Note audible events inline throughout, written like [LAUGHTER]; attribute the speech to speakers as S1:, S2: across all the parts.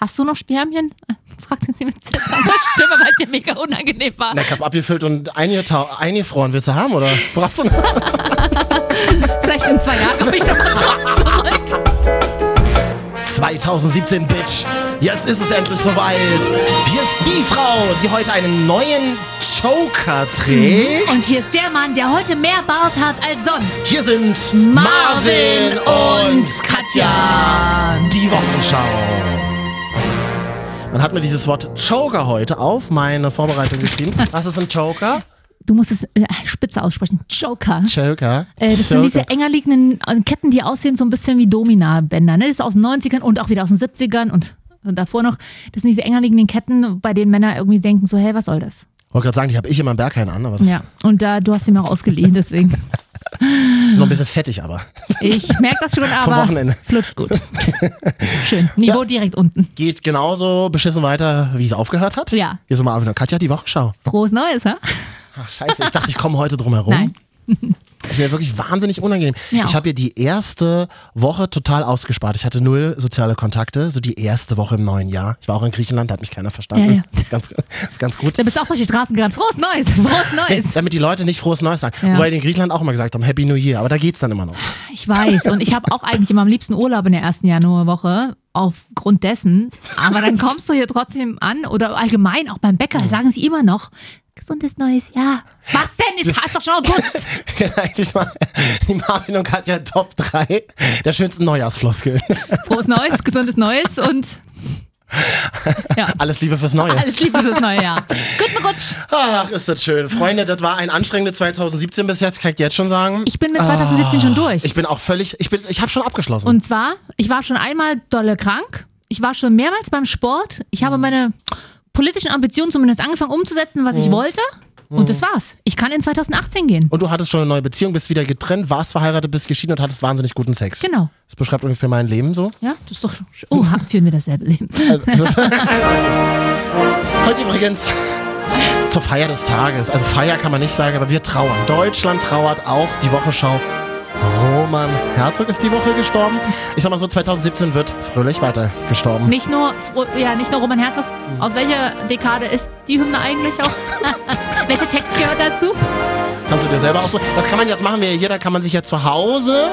S1: Hast du noch Spermien? [LAUGHS] Fragte sie mit zitternder Stimme, weil es ihr mega unangenehm war.
S2: Na, ich hab abgefüllt und eingeta- eingefroren. Willst du haben oder brauchst du noch?
S1: Vielleicht in zwei Jahren komme ich nochmal zurück.
S2: 2017, Bitch. Jetzt ist es endlich soweit. Hier ist die Frau, die heute einen neuen Joker trägt.
S1: Und hier ist der Mann, der heute mehr Bart hat als sonst.
S2: Hier sind Marvin und Katja. Die Wochenschau. Man hat mir dieses Wort Joker heute auf meine Vorbereitung geschrieben. Was ist ein Joker?
S1: Du musst es äh, spitze aussprechen. Joker.
S2: Joker.
S1: Äh, das sind diese enger liegenden äh, Ketten, die aussehen so ein bisschen wie Domina-Bänder. Ne? Das ist aus den 90ern und auch wieder aus den 70ern und, und davor noch. Das sind diese enger liegenden Ketten, bei denen Männer irgendwie denken so, hey, was soll das?
S2: wollte gerade sagen, die habe ich immer im Berghain an, aber das
S1: Ja, und da, du hast sie mir auch ausgeliehen, deswegen.
S2: ist noch ein bisschen fettig, aber.
S1: Ich merke das schon, aber
S2: Wochenende.
S1: flutscht [LAUGHS] gut. Schön. Niveau direkt unten.
S2: Geht genauso beschissen weiter, wie es aufgehört hat.
S1: Ja.
S2: Hier sind Marvin und Katja, die Wochenschau.
S1: Frohes Neues, ha?
S2: Ach, scheiße, [LAUGHS] ich dachte, ich komme heute drum herum.
S1: Nein.
S2: Ist mir wirklich wahnsinnig unangenehm.
S1: Mir
S2: ich
S1: auch.
S2: habe hier die erste Woche total ausgespart. Ich hatte null soziale Kontakte, so die erste Woche im neuen Jahr. Ich war auch in Griechenland, da hat mich keiner verstanden.
S1: Ja, ja.
S2: Das, ist ganz, das ist ganz gut.
S1: Da bist du auch durch die Straßen gerannt. Frohes Neues, frohes Neues.
S2: Damit die Leute nicht frohes Neues sagen.
S1: Ja.
S2: Wobei die in Griechenland auch immer gesagt haben, Happy New Year, aber da geht's dann immer noch.
S1: [LAUGHS]
S2: [LAUGHS]
S1: Ich weiß. Und ich habe auch eigentlich immer am liebsten Urlaub in der ersten Januarwoche. Aufgrund dessen. Aber dann kommst du hier trotzdem an oder allgemein auch beim Bäcker sagen sie immer noch, gesundes neues Jahr. Was denn? Es heißt doch schon August.
S2: Eigentlich mal die Marvin und Katja Top 3 der schönsten Neujahrsfloskeln.
S1: [LAUGHS] Frohes Neues, gesundes Neues und ja,
S2: Alles Liebe fürs Neue.
S1: alles Liebe fürs neue Jahr. Guten Rutsch.
S2: Ach, ist das schön. Freunde, das war ein anstrengendes 2017 bis jetzt, kann ich jetzt schon sagen.
S1: Ich bin mit 2017 schon durch.
S2: Ich bin auch völlig, ich bin, ich habe schon abgeschlossen.
S1: Und zwar, ich war schon einmal dolle krank. Ich war schon mehrmals beim Sport. Ich habe meine politischen Ambitionen zumindest angefangen umzusetzen, was ich wollte. Und das war's. Ich kann in 2018 gehen.
S2: Und du hattest schon eine neue Beziehung, bist wieder getrennt, warst verheiratet, bist geschieden und hattest wahnsinnig guten Sex.
S1: Genau.
S2: Das beschreibt ungefähr mein
S1: [LAUGHS]
S2: Leben so. Also,
S1: Ja, das ist doch. Oh, führen wir dasselbe Leben.
S2: Heute übrigens zur Feier des Tages. Also Feier kann man nicht sagen, aber wir trauern. Deutschland trauert auch die Wochenschau. Roman Herzog ist die Woche gestorben. Ich sag mal so, 2017 wird fröhlich weiter gestorben.
S1: Nicht nur, ja, nicht nur Roman Herzog. Aus welcher Dekade ist die Hymne eigentlich auch? [LAUGHS] Welcher Text gehört dazu?
S2: Kannst du dir selber auch so. Das kann man jetzt machen, wir hier, da kann man sich ja zu Hause,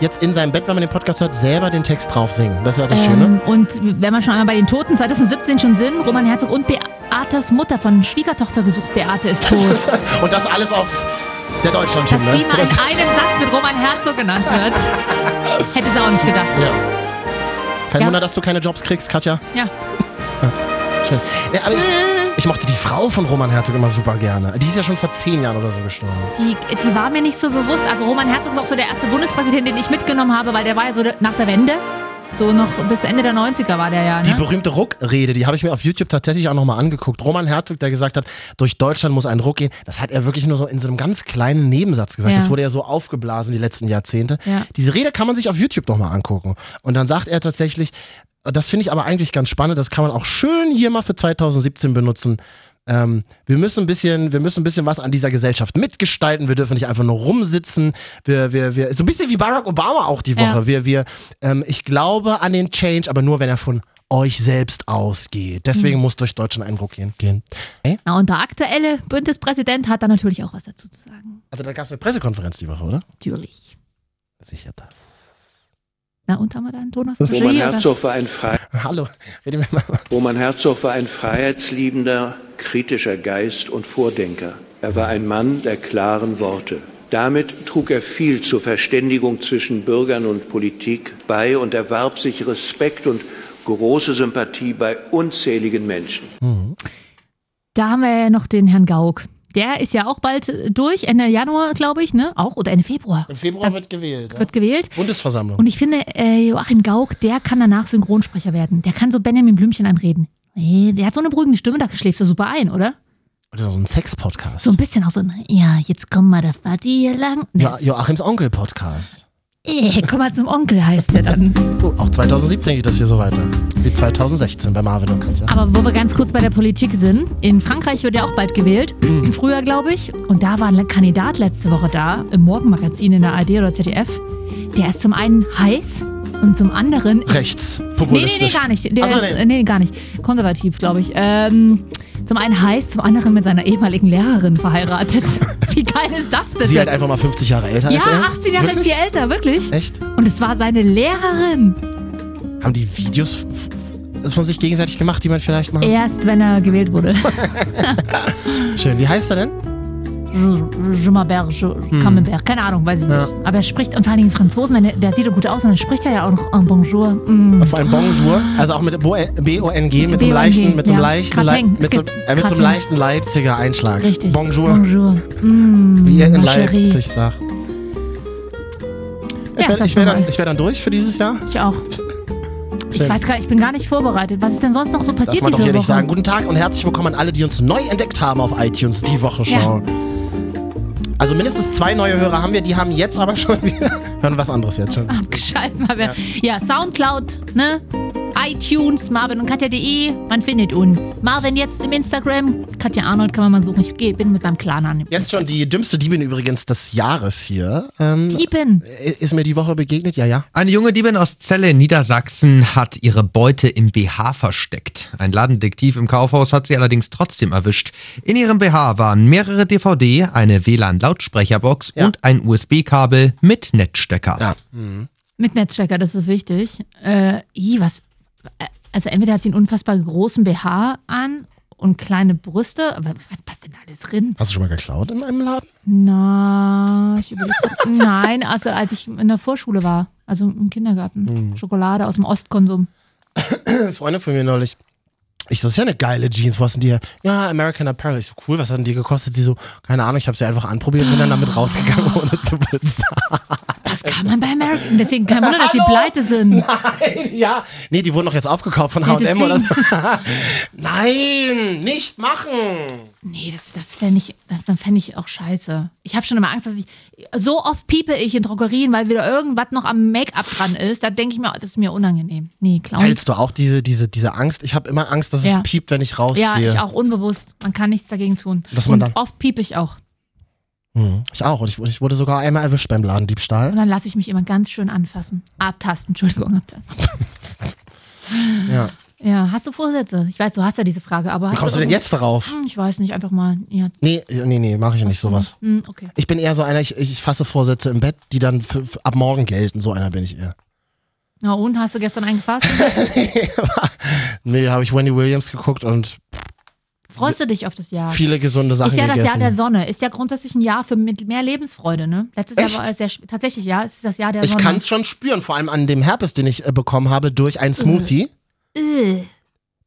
S2: jetzt in seinem Bett, wenn man den Podcast hört, selber den Text drauf singen. Das ist ja das Schöne.
S1: Ähm, und wenn wir schon einmal bei den Toten 2017 schon sind, Roman Herzog und Beates Mutter von Schwiegertochter gesucht, Beate ist tot.
S2: Und das alles auf der
S1: Dass
S2: Deutschland-Hymne.
S1: die mal in einem Satz mit Roman Herzog genannt wird. Hätte sie auch nicht gedacht.
S2: Ja. Kein
S1: Ja.
S2: Wunder, dass du keine Jobs kriegst, Katja.
S1: Ja.
S2: Schön. Ja, aber ich,
S1: Mhm.
S2: ich mochte die Frau von Roman Herzog immer super gerne. Die ist ja schon vor zehn Jahren oder so gestorben.
S1: Die, die war mir nicht so bewusst. Also Roman Herzog ist auch so der erste Bundespräsident, den ich mitgenommen habe, weil der war ja so de- nach der Wende. So noch bis Ende der 90er war der ja,
S2: Die
S1: ne?
S2: berühmte Ruckrede, die habe ich mir auf YouTube tatsächlich auch nochmal angeguckt. Roman Herzog, der gesagt hat, durch Deutschland muss ein Ruck gehen, das hat er wirklich nur so in so einem ganz kleinen Nebensatz gesagt.
S1: Ja.
S2: Das wurde ja so aufgeblasen die letzten Jahrzehnte.
S1: Ja.
S2: Diese Rede kann man sich auf YouTube nochmal angucken. Und dann sagt er tatsächlich, das finde ich aber eigentlich ganz spannend, das kann man auch schön hier mal für 2017 benutzen. Ähm, wir müssen ein bisschen, wir müssen ein bisschen was an dieser Gesellschaft mitgestalten. Wir dürfen nicht einfach nur rumsitzen. Wir, wir, wir, so ein bisschen wie Barack Obama auch die Woche.
S1: Ja.
S2: Wir, wir, ähm, ich glaube an den Change, aber nur wenn er von euch selbst ausgeht.
S1: Hm.
S2: Deswegen muss durch Deutschland ein Ruck gehen. gehen. Hey?
S1: Na, und der aktuelle Bundespräsident hat da natürlich auch was dazu zu sagen.
S2: Also da gab es eine Pressekonferenz die Woche, oder?
S1: Natürlich.
S2: Sicher das.
S1: Na, und haben wir da einen Donas
S2: Das ist
S3: Roman
S1: Jury, oder?
S3: Herzog war ein, frei
S2: Hallo, reden wir mal.
S3: Roman Herzog war ein freiheitsliebender, kritischer Geist und Vordenker. Er war ein Mann der klaren Worte. Damit trug er viel zur Verständigung zwischen Bürgern und Politik bei und erwarb sich Respekt und große Sympathie bei unzähligen Menschen.
S1: Da haben wir ja noch den Herrn Gauck. Der ist ja auch bald äh, durch, Ende Januar, glaube ich, ne? Auch oder Ende Februar
S2: Im Februar wird gewählt.
S1: wird gewählt.
S2: Bundesversammlung.
S1: Und ich finde, äh, Joachim Gauck, der kann danach Synchronsprecher werden. Der kann so Benjamin Blümchen anreden. Nee, der hat so eine beruhigende Stimme, da schläfst du super ein, oder?
S2: Das ist so ein Sex-Podcast.
S1: So ein bisschen auch so ein, ja, jetzt komm mal der Vati hier lang. Nee,
S2: ja, Joachims Onkel-Podcast.
S1: eh, komm mal zum Onkel heißt der dann.
S2: Oh, auch 2017 geht das hier so weiter. Wie 2016 bei Marvin und Katja.
S1: Aber wo wir ganz kurz bei der Politik sind, in Frankreich wird ja auch bald gewählt, im Frühjahr glaube ich. Und da war ein Kandidat letzte Woche da, im Morgenmagazin in der ARD oder ZDF. Der ist zum einen heiß, Und zum anderen
S2: Rechts.
S1: Nee, nee, nee,
S2: Populistisch.
S1: gar nicht. Der
S2: Ach so,
S1: ist, nee. gar nicht. Konservativ, glaube ich. Ähm, zum einen heiß, zum anderen mit seiner ehemaligen Lehrerin verheiratet. [LAUGHS] Wie geil ist das bitte?
S2: Sie halt einfach mal 50 Jahre älter
S1: ja,
S2: als er.
S1: 18 Jahre ist
S2: Wirklich?
S1: sie älter, wirklich.
S2: Echt?
S1: Und es war seine Lehrerin.
S2: Haben die Videos f- f- von sich gegenseitig gemacht, die man vielleicht machen?
S1: Erst wenn er gewählt wurde. [LAUGHS]
S2: Schön. Wie heißt er denn?
S1: Jumabert, Camembert, keine Ahnung, weiß ich nicht.
S2: Hm. Ja.
S1: Aber er spricht, und vor allen Dingen Franzosen, wenn er, der sieht doch gut aus, und dann spricht er ja auch noch en Bonjour. Mm.
S2: Vor allem Bonjour. Also auch mit Bo- B-O-N-G, mit so einem
S1: B-O-N-G,
S2: leichten, mit so einem
S1: ja.
S2: leichten, Lei-
S1: Gratin. Es
S2: mit so,
S1: gibt
S2: äh, mit so einem
S1: Gratin.
S2: leichten Leiipziger Einschlag.
S1: Richtig.
S2: Bonjour.
S1: Bonjour. Mm,
S2: Wie ihr in
S1: ma chérie.
S2: Leipzig sagt. Ich
S1: Ja,
S2: wär-
S1: sag
S2: ich wäre
S1: mal.
S2: dann, ich wär dann durch für dieses Jahr.
S1: Ich auch. Ich
S2: Schön.
S1: weiß gar nicht, ich bin gar nicht vorbereitet. Was ist denn sonst noch so
S2: Darf
S1: passiert
S2: man doch
S1: diese
S2: hier
S1: Woche?
S2: nicht sagen. Guten Tag und herzlich willkommen an alle, die uns neu entdeckt haben auf iTunes, die Wochenschau. Also mindestens zwei neue Hörer haben wir, die haben jetzt aber schon [LAUGHS] wieder. Hören was anderes jetzt schon.
S1: Abgeschaltet mal wer. Ja. Soundcloud, ne? iTunes, Marvin und Katja.de, man findet uns. Marvin jetzt im Instagram, Katja Arnold kann man mal suchen. Ich geh, bin mit meinem Clan an.
S2: Jetzt schon die dümmste Diebin übrigens des Jahres hier. Ähm,
S1: Diepen.
S2: ist mir die Woche begegnet, ja, ja.
S4: Eine junge Diebin aus Celle in Niedersachsen hat ihre Beute im BH versteckt. Ein Ladendetektiv im Kaufhaus hat sie allerdings trotzdem erwischt. In ihrem BH waren mehrere DVD, eine WLAN-Lautsprecherbox
S2: Ja.
S4: und ein USB-Kabel mit Netzstecker.
S2: Ja.
S1: Mit Netzstecker, das ist wichtig. Äh, i, was? äh, Also entweder hat sie einen unfassbar großen BH an und kleine Brüste, aber was passt denn da alles drin?
S2: Hast du schon mal geklaut in einem Laden?
S1: Na, ich überleg grad. Nein, also als ich in der Vorschule war, also im Kindergarten. Schokolade aus dem Ostkonsum.
S2: Freunde von mir neulich. Ich so, das ist ja eine geile Jeans, wo hast du die her? Ja, American Apparel. Ich so, cool, was hat denn die gekostet? Sie so, keine Ahnung, ich habe sie einfach anprobiert und bin dann damit rausgegangen, [LAUGHS] ohne zu bezahlen.
S1: Das kann man bei American. Deswegen kein Wunder, dass sie pleite sind.
S2: [LAUGHS] ja. Nee, die wurden doch jetzt aufgekauft von
S1: Ja,
S2: H&M oder so.
S1: deswegen.
S2: [LAUGHS] Nein, nicht machen.
S1: Nee, das, das fände ich, das, dann fänd ich auch scheiße. Ich habe schon immer Angst, dass ich. So oft piepe ich in Drogerien, weil wieder irgendwas noch am Make-up dran ist. Da denke ich mir, das ist mir unangenehm. Nee, Clown.
S2: Teilst du auch diese, diese, diese Angst? Ich habe immer Angst, dass
S1: Ja.
S2: es piept, wenn ich rausgehe.
S1: Ja, ich auch unbewusst. Man kann nichts dagegen tun.
S2: Dass man
S1: Und
S2: dann-
S1: oft piepe ich auch.
S2: Mhm. Ich auch. Und ich, ich wurde sogar einmal erwischt beim
S1: Und
S2: Ladendiebstahl.
S1: dann lasse ich mich immer ganz schön anfassen. Abtasten, Entschuldigung, abtasten.
S2: Ja.
S1: Ja, hast du Vorsätze? Ich weiß, du hast ja diese Frage, aber.
S2: Wie kommst du denn jetzt darauf?
S1: Ich weiß nicht, einfach mal. Ja.
S2: Nee, nee, nee, mache ich nicht sowas.
S1: Hm, okay.
S2: Ich bin eher so einer, ich, ich fasse Vorsätze im Bett, die dann für, für ab morgen gelten. So einer bin ich eher. [LAUGHS]
S1: Na und, hast du gestern eingefasst?
S2: Nee, habe ich Wendy Williams geguckt und
S1: Freust du dich auf das Jahr?
S2: viele gesunde Sachen
S1: Ist ja das
S2: gegessen.
S1: Jahr der Sonne. Ist ja grundsätzlich ein Jahr für mit mehr Lebensfreude, ne? Letztes
S2: Echt?
S1: Jahr war es sehr. sch- Tatsächlich, ja, es ist das Jahr der
S2: ich
S1: Sonne.
S2: kann es schon spüren, vor allem an dem Herpes, den ich äh, bekommen habe durch
S1: Mhm.
S2: einen Smoothie.
S1: Äh.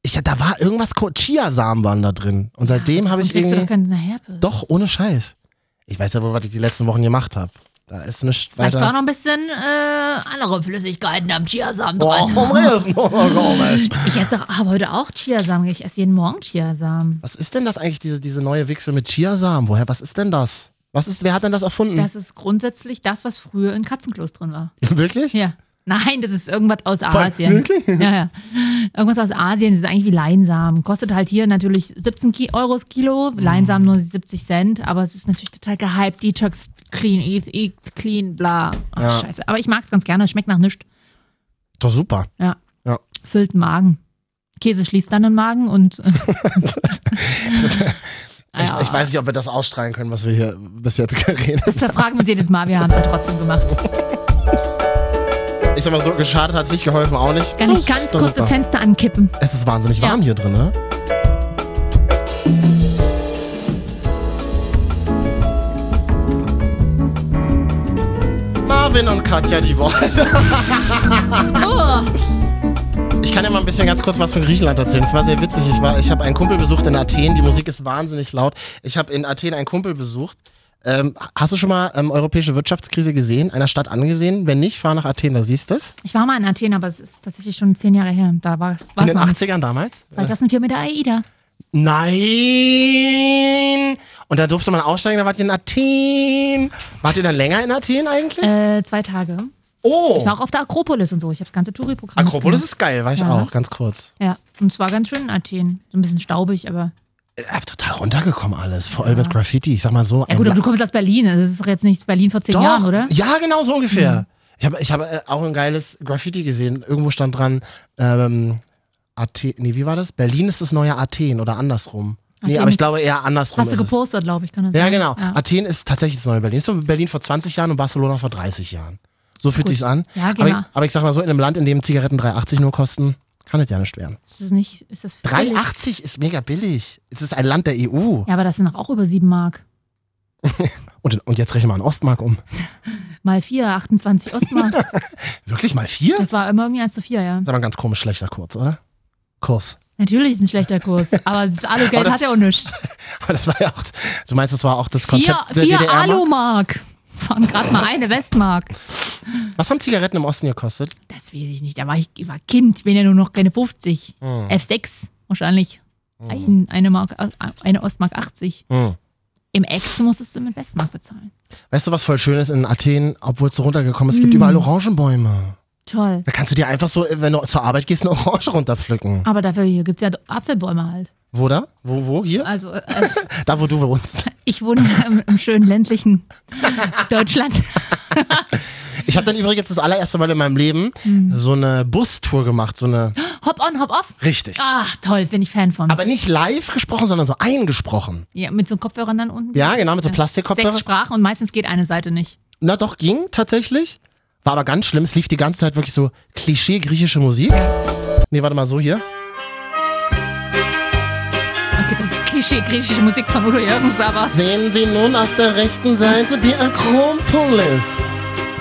S2: Ich, da war irgendwas, ko- Chiasamen waren da drin. Und seitdem habe
S1: Sonst
S2: ich
S1: kriegst du doch
S2: irgendwie...
S1: keinen Herpes.
S2: Doch, ohne Scheiß. Ich weiß ja wohl, was ich die letzten Wochen gemacht habe. Da ist nichts
S1: Vielleicht war
S2: weiter...
S1: noch ein bisschen äh, andere Flüssigkeiten am Chiasamen
S2: Boah,
S1: dran.
S2: Oh, warum redest du noch so komisch?
S1: Ich esse doch aber heute auch Chiasamen. Ich esse jeden Morgen Chiasamen.
S2: Was ist denn das eigentlich, diese, diese neue Wichse mit Chiasamen? Woher, was ist denn das? Was ist, wer hat denn das erfunden?
S1: Das ist grundsätzlich das, was früher in Katzenklos drin war.
S2: [LAUGHS] Wirklich?
S1: Ja. Nein, das ist irgendwas aus
S2: allem
S1: Asien.
S2: wirklich?
S1: Ja, ja. Irgendwas aus Asien, das ist eigentlich wie Leinsamen. Kostet halt hier natürlich 17 Ki Euro das Kilo, Leinsamen nur 70 Cent, aber es ist natürlich total gehypt. Detox, clean, eat, eat clean, bla. Ach,
S2: Ja.
S1: scheiße. Aber ich mag es ganz gerne, es schmeckt nach nichts.
S2: Doch super.
S1: Ja.
S2: Ja.
S1: Füllt den Magen. Käse schließt dann den Magen
S2: [LAUGHS]
S1: und. [LAUGHS]
S2: Ich, ich weiß nicht, ob wir das ausstrahlen können, was wir hier bis jetzt [LAUGHS] geredet haben.
S1: Das verfragen wir uns jedes Mal, wir haben es ja trotzdem gemacht.
S2: Ich sag mal so, geschadet hat es nicht, geholfen auch nicht.
S1: Kann ich
S2: Das-
S1: ganz
S2: das
S1: kurz das
S2: super.
S1: Fenster ankippen?
S2: Es ist wahnsinnig warm hier drin, ne? Marvin und Katja, die Worte.
S1: Oh,
S2: Ich kann ja mal ein bisschen ganz kurz was von Griechenland erzählen. Das war sehr witzig. Ich, war- ich habe einen Kumpel besucht in Athen. Die Musik ist wahnsinnig laut. Ich habe in Athen einen Kumpel besucht. Ähm, hast du schon mal ähm, europäische Wirtschaftskrise gesehen, einer Stadt angesehen? Wenn nicht, fahr nach Athen, da siehst du es.
S1: ich war mal in Athen, aber es ist tatsächlich schon zehn Jahre her. Da war es
S2: In den
S1: noch nicht.
S2: 80ern damals?
S1: 2004 mit der AIDA.
S2: Nein! Und da durfte man aussteigen, da wart ihr in Athen. Wart ihr dann länger in Athen eigentlich?
S1: Äh, zwei Tage.
S2: oh!
S1: Ich war auch auf der Akropolis und so. Ich habe das ganze Touri-Programm.
S2: Akropolis
S1: gemacht.
S2: ist geil, war ich
S1: Ja.
S2: auch, ganz kurz.
S1: Ja, und es war ganz schön in Athen. So ein bisschen staubig, aber.
S2: Ich hab total runtergekommen alles, voll mit Graffiti. Ich sag mal so.
S1: Ja,
S2: ein
S1: gut, aber
S2: La-
S1: du kommst aus Berlin. Also, Das ist doch jetzt nicht Berlin vor zehn
S2: Oh Doch,
S1: Jahren, oder? Mhm.
S2: Ja, genau so ungefähr. Ich habe ich hab äh, auch ein geiles Graffiti gesehen. Irgendwo stand dran, ähm, Athen, nee, wie war das? Berlin ist das neue Athen oder andersrum. Nee,
S1: Athen
S2: aber ich
S1: ist-
S2: glaube eher andersrum.
S1: Hast du
S2: ist es.
S1: gepostet, glaube ich, kann das
S2: Ja,
S1: sein?
S2: genau.
S1: Ja.
S2: Athen ist tatsächlich das neue Berlin. Ist so Berlin vor 20 Jahren und Barcelona vor 30 Jahren. So fühlt
S1: Gut.
S2: sich's an.
S1: Ja,
S2: aber, ich,
S1: genau.
S2: aber ich sag mal so, in einem Land, in dem Zigaretten 3,80 nur kosten, kann es ja nicht werden.
S1: Ist das nicht, ist das billig?
S2: 3,80 ist mega billig. Es ist ein Land der E EU.
S1: Ja, aber das sind doch auch über 7 Mark.
S2: Und, und jetzt rechnen wir in Ostmark um.
S1: Mal 4, 28
S2: [LAUGHS]
S1: Ostmark.
S2: Wirklich mal vier? Das
S1: Das war immer irgendwie 1 zu 4, ja.
S2: ist aber ein ganz komisch schlechter Kurz, oder? Kurs.
S1: Natürlich ist ein schlechter Kurs, aber das
S2: Aber
S1: Alugeld
S2: das-
S1: hat ja auch nichts.
S2: Aber das war ja auch, du meinst, das war auch das
S1: Vier,
S2: Konzept der
S1: vier
S2: DDR? -Mark?
S1: Alumark. Waren gerade mal eine Westmark.
S2: Was haben Zigaretten im Osten gekostet?
S1: Das weiß ich nicht. Da war ich, ich war Kind, ich bin ja nur noch keine 50.
S2: Hm.
S1: F6 wahrscheinlich. Ein, eine, Mark, äh, eine Ostmark 80.
S2: Hm.
S1: Im Ex musstest du mit Westmark bezahlen.
S2: Weißt du, was voll schön ist in Athen, obwohl es so runtergekommen ist? Es gibt
S1: Hm.
S2: überall Orangenbäume.
S1: Toll.
S2: Da kannst du dir einfach so, wenn du zur Arbeit gehst, eine Orange runterpflücken.
S1: Aber dafür gibt es ja Apfelbäume halt.
S2: Wo da? Wo, wo? Hier?
S1: Also äh,
S2: Da, wo du wohnst.
S1: ich wohne [LAUGHS] ja im, im schönen
S2: [LAUGHS]
S1: ländlichen Deutschland.
S2: Ich habe dann übrigens das allererste Mal in meinem Leben so eine Bustour gemacht, so eine.
S1: Hop on, hop off.
S2: Richtig.
S1: Ach, toll, bin ich Fan von.
S2: Aber nicht live gesprochen, sondern so eingesprochen.
S1: ja, mit so Kopfhörern dann unten.
S2: Ja, genau, mit so
S1: Sechs
S2: Plastikkopfhörer.
S1: Sprachen und meistens geht eine Seite nicht.
S2: Na doch, ging tatsächlich. War aber ganz schlimm. Es lief die ganze Zeit wirklich so Klischee-griechische Musik. Nee, warte mal, so hier.
S1: Okay, das ist Klischee griechische Musik von Udo Jürgens, aber
S2: Sehen Sie nun auf der rechten Seite die Akropolis.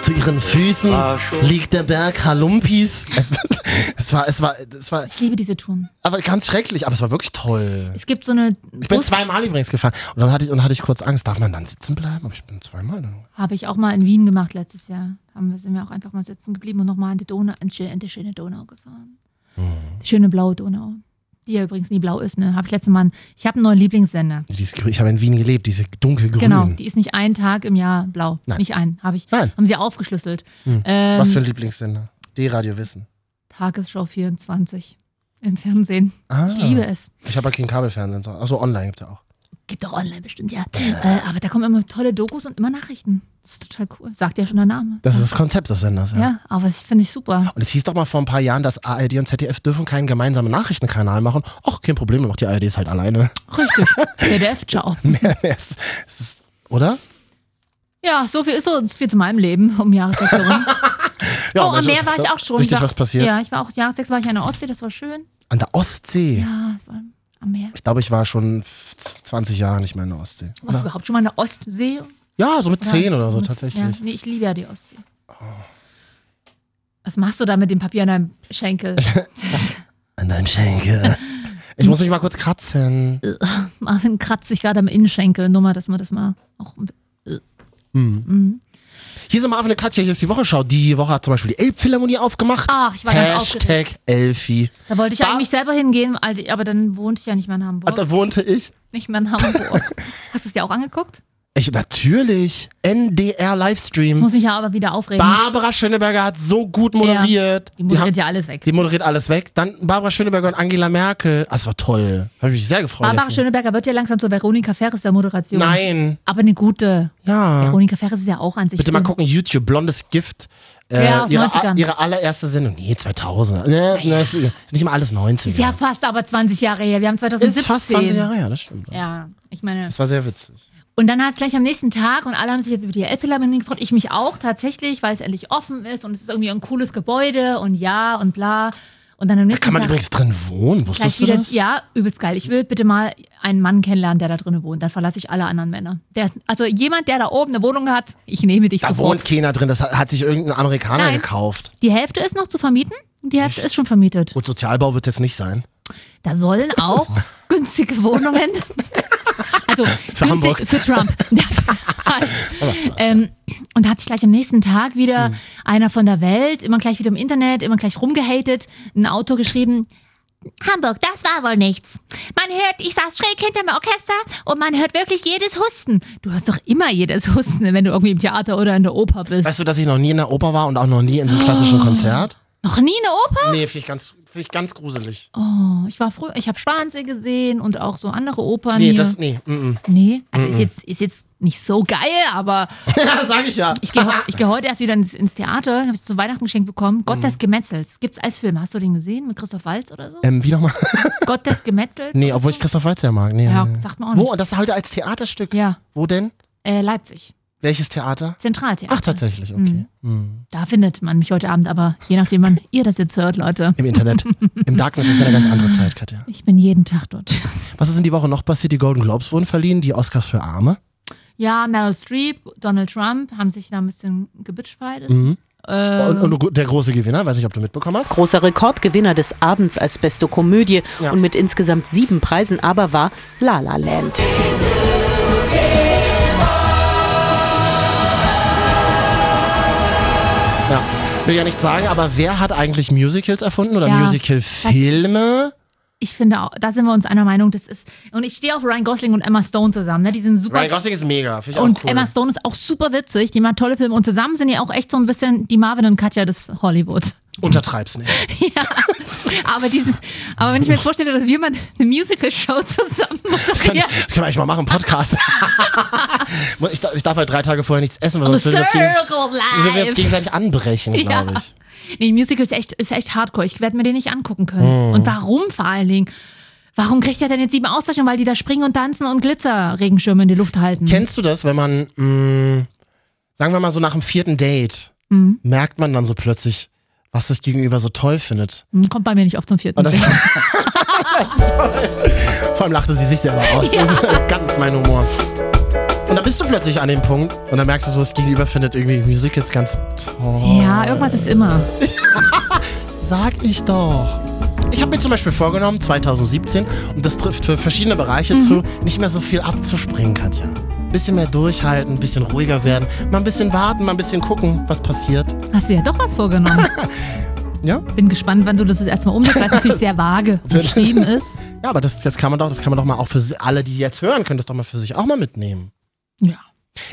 S2: Zu ihren Füßen
S3: War schon.
S2: liegt der Berg Halumpis. Es, [LAUGHS] es war, es war, es war,
S1: ich liebe diese Touren.
S2: aber ganz schrecklich, aber es war wirklich toll.
S1: Es gibt so eine
S2: Ich bin
S1: Bus-
S2: zweimal übrigens gefahren und dann hatte ich, und hatte ich kurz Angst, darf man dann sitzen bleiben? Aber ich bin zweimal. dann-
S1: Habe ich auch mal in Wien gemacht letztes Jahr. Haben wir, sind wir auch einfach mal sitzen geblieben und nochmal in die Donau, in die, in die schöne Donau gefahren.
S2: Mhm.
S1: Die schöne blaue Donau. Die ja übrigens nie blau ist, ne? Habe ich letztes Mal. Ich habe einen neuen Lieblingssender.
S2: Also Dieses, Grün- ich habe in Wien gelebt, diese dunkelgrün.
S1: Genau. Die ist nicht einen Tag im Jahr blau.
S2: Nein.
S1: Nicht einen. Habe ich.
S2: Nein. Mhm.
S1: Haben sie aufgeschlüsselt.
S2: Was
S1: Ähm,
S2: für ein Lieblingssender? D-Radio Wissen.
S1: Tagesschau 24 im Fernsehen.
S2: Ah.
S1: Ich liebe es.
S2: Ich habe ja kein Kabelfernsehen, sondern- also online gibt es ja auch.
S1: Gibt auch online bestimmt, ja. Äh, aber da kommen immer tolle Dokus und immer Nachrichten. Das ist total cool. Sagt ja schon der Name.
S2: Das ist das Konzept des Senders, ja.
S1: ja. aber das finde ich super.
S2: Und es hieß doch mal vor ein paar Jahren, dass ARD und ZDF dürfen keinen gemeinsamen Nachrichtenkanal machen. Ach, kein Problem, dann macht die ARD es halt alleine. [LAUGHS]
S1: Richtig. PDF-Ciao.
S2: es, es ist, oder?
S1: Ja, so viel ist so viel zu meinem Leben um Jahreswechsel rum.
S2: [LAUGHS] Ja,
S1: oh, am
S2: Mensch,
S1: Meer
S2: ist
S1: war ich auch schon.
S2: Richtig,
S1: War-
S2: was passiert.
S1: Ja, ich war auch Jahreswechsel war ich an der Ostsee, das war schön.
S2: An der Ostsee.
S1: Ja, es war am Meer.
S2: Ich glaube, ich war schon f- 20 Jahre nicht mehr in der Ostsee.
S1: Warst du überhaupt schon mal an der Ostsee?
S2: Ja, so mit 10 oder so
S1: Ja,
S2: tatsächlich. Oh.
S1: nee, ich liebe ja die Ostsee. Was machst du da mit dem Papier an deinem
S2: [LAUGHS]
S1: Schenkel?
S2: An deinem Schenkel. Ich muss mich mal kurz kratzen.
S1: Marvin kratzt sich gerade am Innenschenkel. Nur mal, dass man das mal auch.
S2: Hier sind mal auf eine Katja, hier ist die Wochenschau. Die Woche hat zum Beispiel die Elbphilharmonie aufgemacht.
S1: Ach, ich war ganz aufgeregt.
S2: Hashtag Elfi.
S1: Da wollte ich
S2: Bar-
S1: eigentlich selber hingehen, also- aber dann wohnte ich ja nicht mehr in
S2: Und
S1: Hamburg.
S2: da wohnte ich.
S1: Nicht mehr in
S2: [LAUGHS]
S1: Hamburg. Hast du es dir auch angeguckt?
S2: Ich natürlich. NDR
S1: Ich
S2: Livestream.
S1: muss mich ja aber wieder aufregen.
S2: Barbara Schöneberger hat so gut moderiert.
S1: Die moderiert
S2: haben-
S1: ja alles weg.
S2: Die moderiert alles weg. Dann Barbara Schöneberger und Angela Merkel. Ah, Das war toll. Habe ich mich sehr gefreut.
S1: Barbara
S2: jetzt.
S1: Schöneberger wird ja langsam zur Veronika Ferres der Moderation.
S2: Nein.
S1: Aber eine gute.
S2: Ja.
S1: Veronika Ferres ist ja auch an sich.
S2: Bitte mal
S1: gut.
S2: gucken, YouTube, blondes Gift. Äh,
S1: Mhm. Ja, aus
S2: ihre,
S1: 90ern.
S2: ihre allererste Sendung. Nee, 2000. Nee, nee, ist nicht mal alles 90.
S1: Ist ja fast aber 20 Jahre her. Wir haben 2017.
S2: Ist fast 20 Jahre her, das stimmt.
S1: Ja, ich meine.
S2: Das war sehr witzig.
S1: Und dann hat es gleich am nächsten Tag und alle haben sich jetzt über die Elbphilharmonie gefreut. Ich mich auch tatsächlich, weil es endlich offen ist und es ist irgendwie ein cooles Gebäude und ja und bla. Und dann am nächsten
S2: Kann man
S1: Tag
S2: übrigens drin wohnen,
S1: gleich
S2: wusstest du
S1: wieder.
S2: das?
S1: Ja, übelst geil. Ich will bitte mal einen Mann kennenlernen, der da drin wohnt. Dann verlasse ich alle anderen Männer. Der, also jemand, der da oben eine Wohnung hat, ich nehme dich
S2: Da
S1: sofort.
S2: wohnt keiner drin, das hat, hat sich irgendein Amerikaner
S1: Nein.
S2: gekauft.
S1: Die Hälfte ist noch zu vermieten, die Hälfte ist schon vermietet.
S2: Gut, Sozialbau wird jetzt nicht sein.
S1: Da sollen auch günstige Wohnungen. Also für,
S2: Hamburg.
S1: für Trump. [LAUGHS] ähm, und da hat sich gleich am nächsten Tag wieder einer von der Welt, immer gleich wieder im Internet, immer gleich rumgehatet, ein Autor geschrieben. Hamburg, das war wohl nichts. Man hört, ich saß schräg hinterm Orchester und man hört wirklich jedes Husten. Du hörst doch immer jedes Husten, wenn du irgendwie im Theater oder in der Oper bist. Oh.
S2: Weißt du, dass ich noch nie in der Oper war und auch noch nie in so einem klassischen Konzert?
S1: Noch nie eine Oper?
S2: Nee, finde ich, ganz- find ich ganz gruselig.
S1: Oh, ich war früher, ich habe Schwanensee gesehen und auch so andere Opern
S2: Nee,
S1: hier.
S2: das, nee, mm, mm.
S1: nee, also ist jetzt ist jetzt nicht so geil,
S2: [LAUGHS]
S1: aber
S2: Ja, sag ich ja.
S1: ich gehe heu- ich geh heute erst wieder ins, ins Theater, habe es zum Weihnachten geschenkt bekommen.
S2: Mm.
S1: Gott des Gemetzels. Gibt's als Film, hast du den gesehen mit Christoph Walz oder
S2: [LAUGHS]
S1: so?
S2: Ähm, wie nochmal?
S1: Gott des Gemetzels?
S2: Nee, obwohl ich Christoph Waltz ja mag. Nee,
S1: Ja,
S2: nee.
S1: sagt man auch
S2: Wo?
S1: nicht.
S2: Das heute als Theaterstück?
S1: Ja,
S2: Wo denn?
S1: äh, Leipzig,
S2: Welches Theater?
S1: Zentraltheater.
S2: Ach, tatsächlich, okay.
S1: Mhm.
S2: Hm.
S1: Da findet man mich heute Abend, aber je nachdem,
S2: [LAUGHS]
S1: wann ihr das jetzt hört, Leute.
S2: Im Internet. Im Darknet ist ja eine ganz andere Zeit, Katja.
S1: Ich bin jeden Tag dort. [LAUGHS]
S2: Was ist in die Woche noch passiert? Die Golden Globes wurden verliehen, die Oscars für Arme.
S1: Ja, Meryl Streep, Donald Trump haben sich da ein bisschen gebitchfeidet. Äh,
S2: Und, und der große Gewinner, weiß nicht, ob du mitbekommen hast.
S5: Großer Rekordgewinner des Abends als beste Komödie
S2: Ja.
S5: und mit insgesamt sieben Preisen aber war La La Land.
S2: Ja. Will ja nicht sagen, aber wer hat eigentlich Musicals erfunden oder
S1: Ja,
S2: Musical-Filme?
S1: ich finde, auch, da sind wir uns einer Meinung. Das ist und ich stehe auf Ryan Gosling und Emma Stone zusammen. Ne? Die sind super.
S2: Ryan Gosling ist mega, finde ich auch
S1: und
S2: cool.
S1: Emma Stone ist auch super witzig. Die macht tolle Filme und zusammen sind die auch echt so ein bisschen die Marvin und Katja des Hollywoods. [LAUGHS]
S2: Untertreib's nicht.
S1: ja. Aber dieses, aber wenn ich mir jetzt vorstelle, dass wir mal eine Musical-Show
S2: [LAUGHS]
S1: zusammen moderieren.
S2: Das können wir eigentlich mal machen,
S1: [LAUGHS]
S2: Podcast. ich, darf, ich darf halt drei Tage vorher nichts essen, weil
S1: The
S2: sonst würden wir uns gegen-
S1: Circle of
S2: sonst würden wir uns
S1: Life.
S2: gegenseitig anbrechen,
S1: Ja.
S2: glaube ich.
S1: Nee, Musical ist echt, ist echt hardcore. Ich werde mir den nicht angucken können. Und warum vor allen Dingen? Warum kriegt er denn jetzt sieben Auszeichnungen? Weil die da springen und tanzen und Glitzer-Regenschirme in die Luft halten.
S2: Kennst du das, wenn man, mh, sagen wir mal so nach dem vierten Date, merkt man dann so plötzlich, was das Gegenüber so toll findet?
S1: Hm, Kommt bei mir nicht oft zum vierten. [LAUGHS]
S2: Und Oh, das [LAUGHS]
S1: Date.
S2: Vor allem lachte sie sich selber aus. Das ist [LAUGHS] ganz mein Humor. Und dann bist du plötzlich an dem Punkt und dann merkst du so, das Gegenüber findet irgendwie Musicals ganz toll.
S1: Ja, irgendwas ist immer.
S2: Sag ich doch. Ich habe mir zum Beispiel vorgenommen, 2017, und das trifft für verschiedene Bereiche
S1: Mhm.
S2: zu, nicht mehr so viel abzuspringen, Katja. Bisschen mehr durchhalten, ein bisschen ruhiger werden, mal ein bisschen warten, mal ein bisschen gucken, was passiert.
S1: Hast du ja doch was vorgenommen.
S2: [LAUGHS] Ja?
S1: Bin gespannt, wann du das jetzt erstmal umsetzt, weil es natürlich sehr
S2: [LAUGHS]
S1: vage beschrieben ist.
S2: Ja, aber das, das kann man doch, das kann man doch mal auch für si- alle, die jetzt hören, können das doch mal für sich auch mal mitnehmen.
S1: Ja.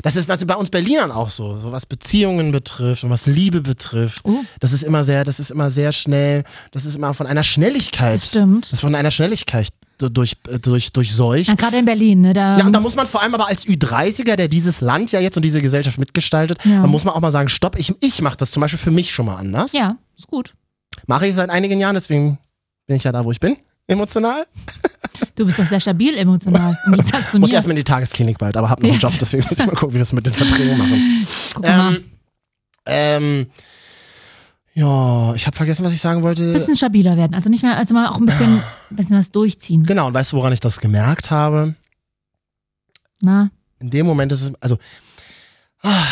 S2: Das ist natürlich bei uns Berlinern auch so, so was Beziehungen betrifft und was Liebe betrifft.
S1: Oh.
S2: Das ist immer sehr, das ist immer sehr schnell, das ist immer von einer Schnelligkeit.
S1: Das stimmt.
S2: Das ist von einer Schnelligkeit du- durch, äh, durch, durchseucht.
S1: Na, gerade in Berlin, ne? Da,
S2: Ja, und da muss man vor allem aber als Ü30er, der dieses Land ja jetzt und diese Gesellschaft mitgestaltet,
S1: Ja.
S2: da muss man auch mal sagen, stopp, ich, ich mache das zum Beispiel für mich schon mal anders.
S1: ja, ist gut.
S2: Mache ich seit einigen Jahren, deswegen bin ich ja da, wo ich bin, emotional.
S1: Du bist doch sehr stabil
S2: [LAUGHS]
S1: emotional. Und jetzt hast du
S2: Muss
S1: mir.
S2: erstmal in die Tagesklinik bald, aber hab noch einen
S1: Ja.
S2: Job, deswegen muss ich mal gucken, wie wir das mit den
S1: [LAUGHS]
S2: Verträgen machen.
S1: Guck mal.
S2: Ähm, ähm, ja, ich habe vergessen, was ich sagen
S1: Ein
S2: wollte.
S1: bisschen stabiler werden. Also nicht mehr, also mal auch ein bisschen, ein
S2: Ah.
S1: bisschen was durchziehen.
S2: Genau, und weißt du, woran ich das gemerkt habe?
S1: Na,
S2: In dem Moment ist es, also, ah,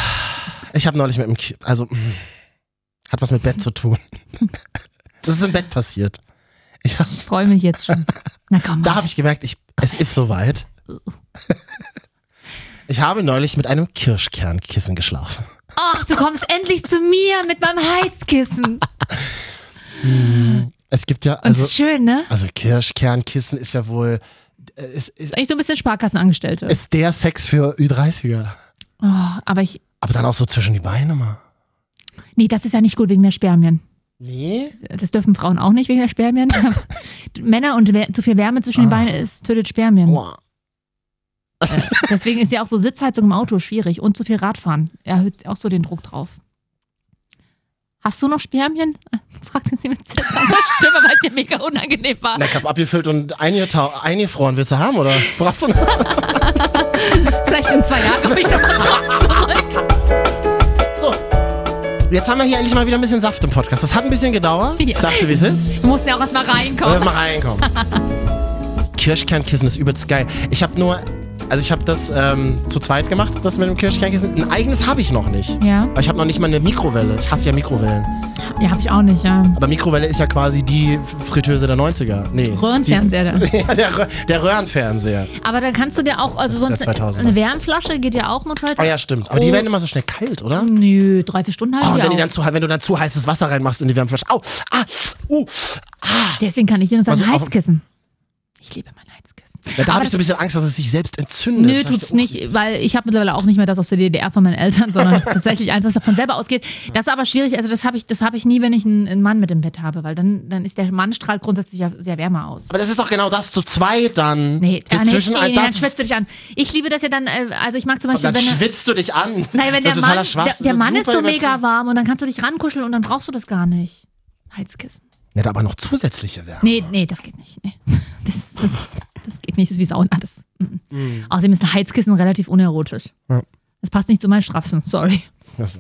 S2: ich habe neulich mit dem, Ki- also, mh, hat was mit Bett zu tun. Das ist im Bett passiert. Ich hab,
S1: ich freue mich jetzt
S2: [LAUGHS]
S1: schon. Na komm
S2: da
S1: mal.
S2: habe ich gemerkt, ich, es ist soweit. Ich habe neulich mit einem Kirschkernkissen geschlafen.
S1: Ach, du kommst endlich zu mir mit meinem Heizkissen.
S2: Es gibt ja,
S1: Und
S2: also.
S1: ist schön, ne?
S2: Also Kirschkernkissen ist ja wohl äh, ist, ist,
S1: Ist eigentlich so ein bisschen Sparkassenangestellte.
S2: ist der Sex für Ü30er.
S1: Oh, aber ich.
S2: Aber dann auch so zwischen die Beine mal.
S1: Nee, das ist ja nicht gut wegen der Spermien.
S2: Nee?
S1: Das dürfen Frauen auch nicht wegen der
S2: [LAUGHS]
S1: Spermien. Männer und wer- zu viel Wärme zwischen den Beinen ist, tötet Spermien.
S2: Ah.
S1: Äh,
S2: Boah.
S1: Deswegen ist ja auch so Sitzheizung im Auto schwierig und zu viel Radfahren erhöht auch so den Druck drauf. Hast du noch Spermien? Äh, Fragte sie mit zitternder Stimme, weil es ihr mega unangenehm war.
S2: Na, ich hab abgefüllt und eingeta- eingefroren willst du haben, oder? Brauchst du noch?
S1: Vielleicht in zwei Jahren komme ich nochmal zurück.
S2: Jetzt haben wir hier endlich mal wieder ein bisschen Saft im Podcast. Das hat ein bisschen gedauert. Ich
S1: Ja.
S2: sagte, wie es ist.
S1: Wir mussten [LAUGHS] ja auch erstmal
S2: Und
S1: reinkommen.
S2: jetzt mal reinkommen. Kirschkernkissen ist übelst geil. Ich habe nur, also ich habe das ähm, zu zweit gemacht, das mit dem Kirschkernkissen. Ein eigenes habe ich noch nicht.
S1: Ja.
S2: Weil ich habe noch nicht mal eine Mikrowelle. Ich hasse ja Mikrowellen.
S1: Ja, habe ich auch nicht, ja.
S2: Aber Mikrowelle ist ja quasi die Fritteuse der 90er. Nee.
S1: Röhrenfernseher dann.
S2: Die, [LAUGHS] ja, der, Rö- der Röhrenfernseher.
S1: Aber dann kannst du dir auch, also
S2: Das ist
S1: sonst
S2: der 2000er.
S1: eine Wärmflasche geht ja auch mit heute.
S2: Ah ja, stimmt. Aber die
S1: Oh.
S2: werden immer so schnell kalt, oder?
S1: Nö, drei, vier Stunden
S2: Oh, und
S1: halten
S2: wenn,
S1: die
S2: die
S1: auch.
S2: dann zu, wenn du dann zu heißes Wasser reinmachst in die Wärmflasche. Au, ah, uh,
S1: Deswegen kann ich dir nur sagen,
S2: Also auch-
S1: Heizkissen. Ich liebe mein Heizkissen.
S2: Ja, da
S1: Aber
S2: habe ich so ein
S1: das-
S2: bisschen Angst, dass es sich selbst entzündet.
S1: Nö,
S2: Das dachte
S1: tut's
S2: ich, oh,
S1: nicht, weil ich habe mittlerweile auch nicht mehr das aus der DDR von meinen Eltern,
S2: [LAUGHS]
S1: sondern tatsächlich eins, was davon selber ausgeht. Das ist aber schwierig. Also das habe ich, das habe ich nie, wenn ich einen, einen Mann mit im Bett habe, weil dann, dann ist der Mann strahlt grundsätzlich ja sehr wärmer aus.
S2: Aber das ist doch genau das zu zweit dann.
S1: Nee,
S2: So
S1: ah, nee,
S2: zwischen
S1: nee,
S2: all
S1: nee,
S2: das
S1: dann schwitzt du dich an. Ich liebe das ja dann, äh, also ich mag zum
S2: und
S1: Beispiel,
S2: dann
S1: wenn,
S2: schwitzt du dich an.
S1: nein, wenn
S2: So
S1: der
S2: totaler
S1: Mann,
S2: Schwachsinn,
S1: der, der
S2: so
S1: Mann ist
S2: super
S1: so mega
S2: übertrieben.
S1: warm und dann kannst du dich rankuscheln und dann brauchst du das gar nicht. Heizkissen.
S2: Ja, da aber noch zusätzliche Wärme.
S1: Nee, nee, das geht nicht. Nee. [LAUGHS] Das, ist, das, das geht nicht, das ist wie Sauna. Das, mm. Außerdem ist ein Heizkissen relativ unerotisch. Das passt nicht zu meinen Strapsen, sorry.
S2: Das-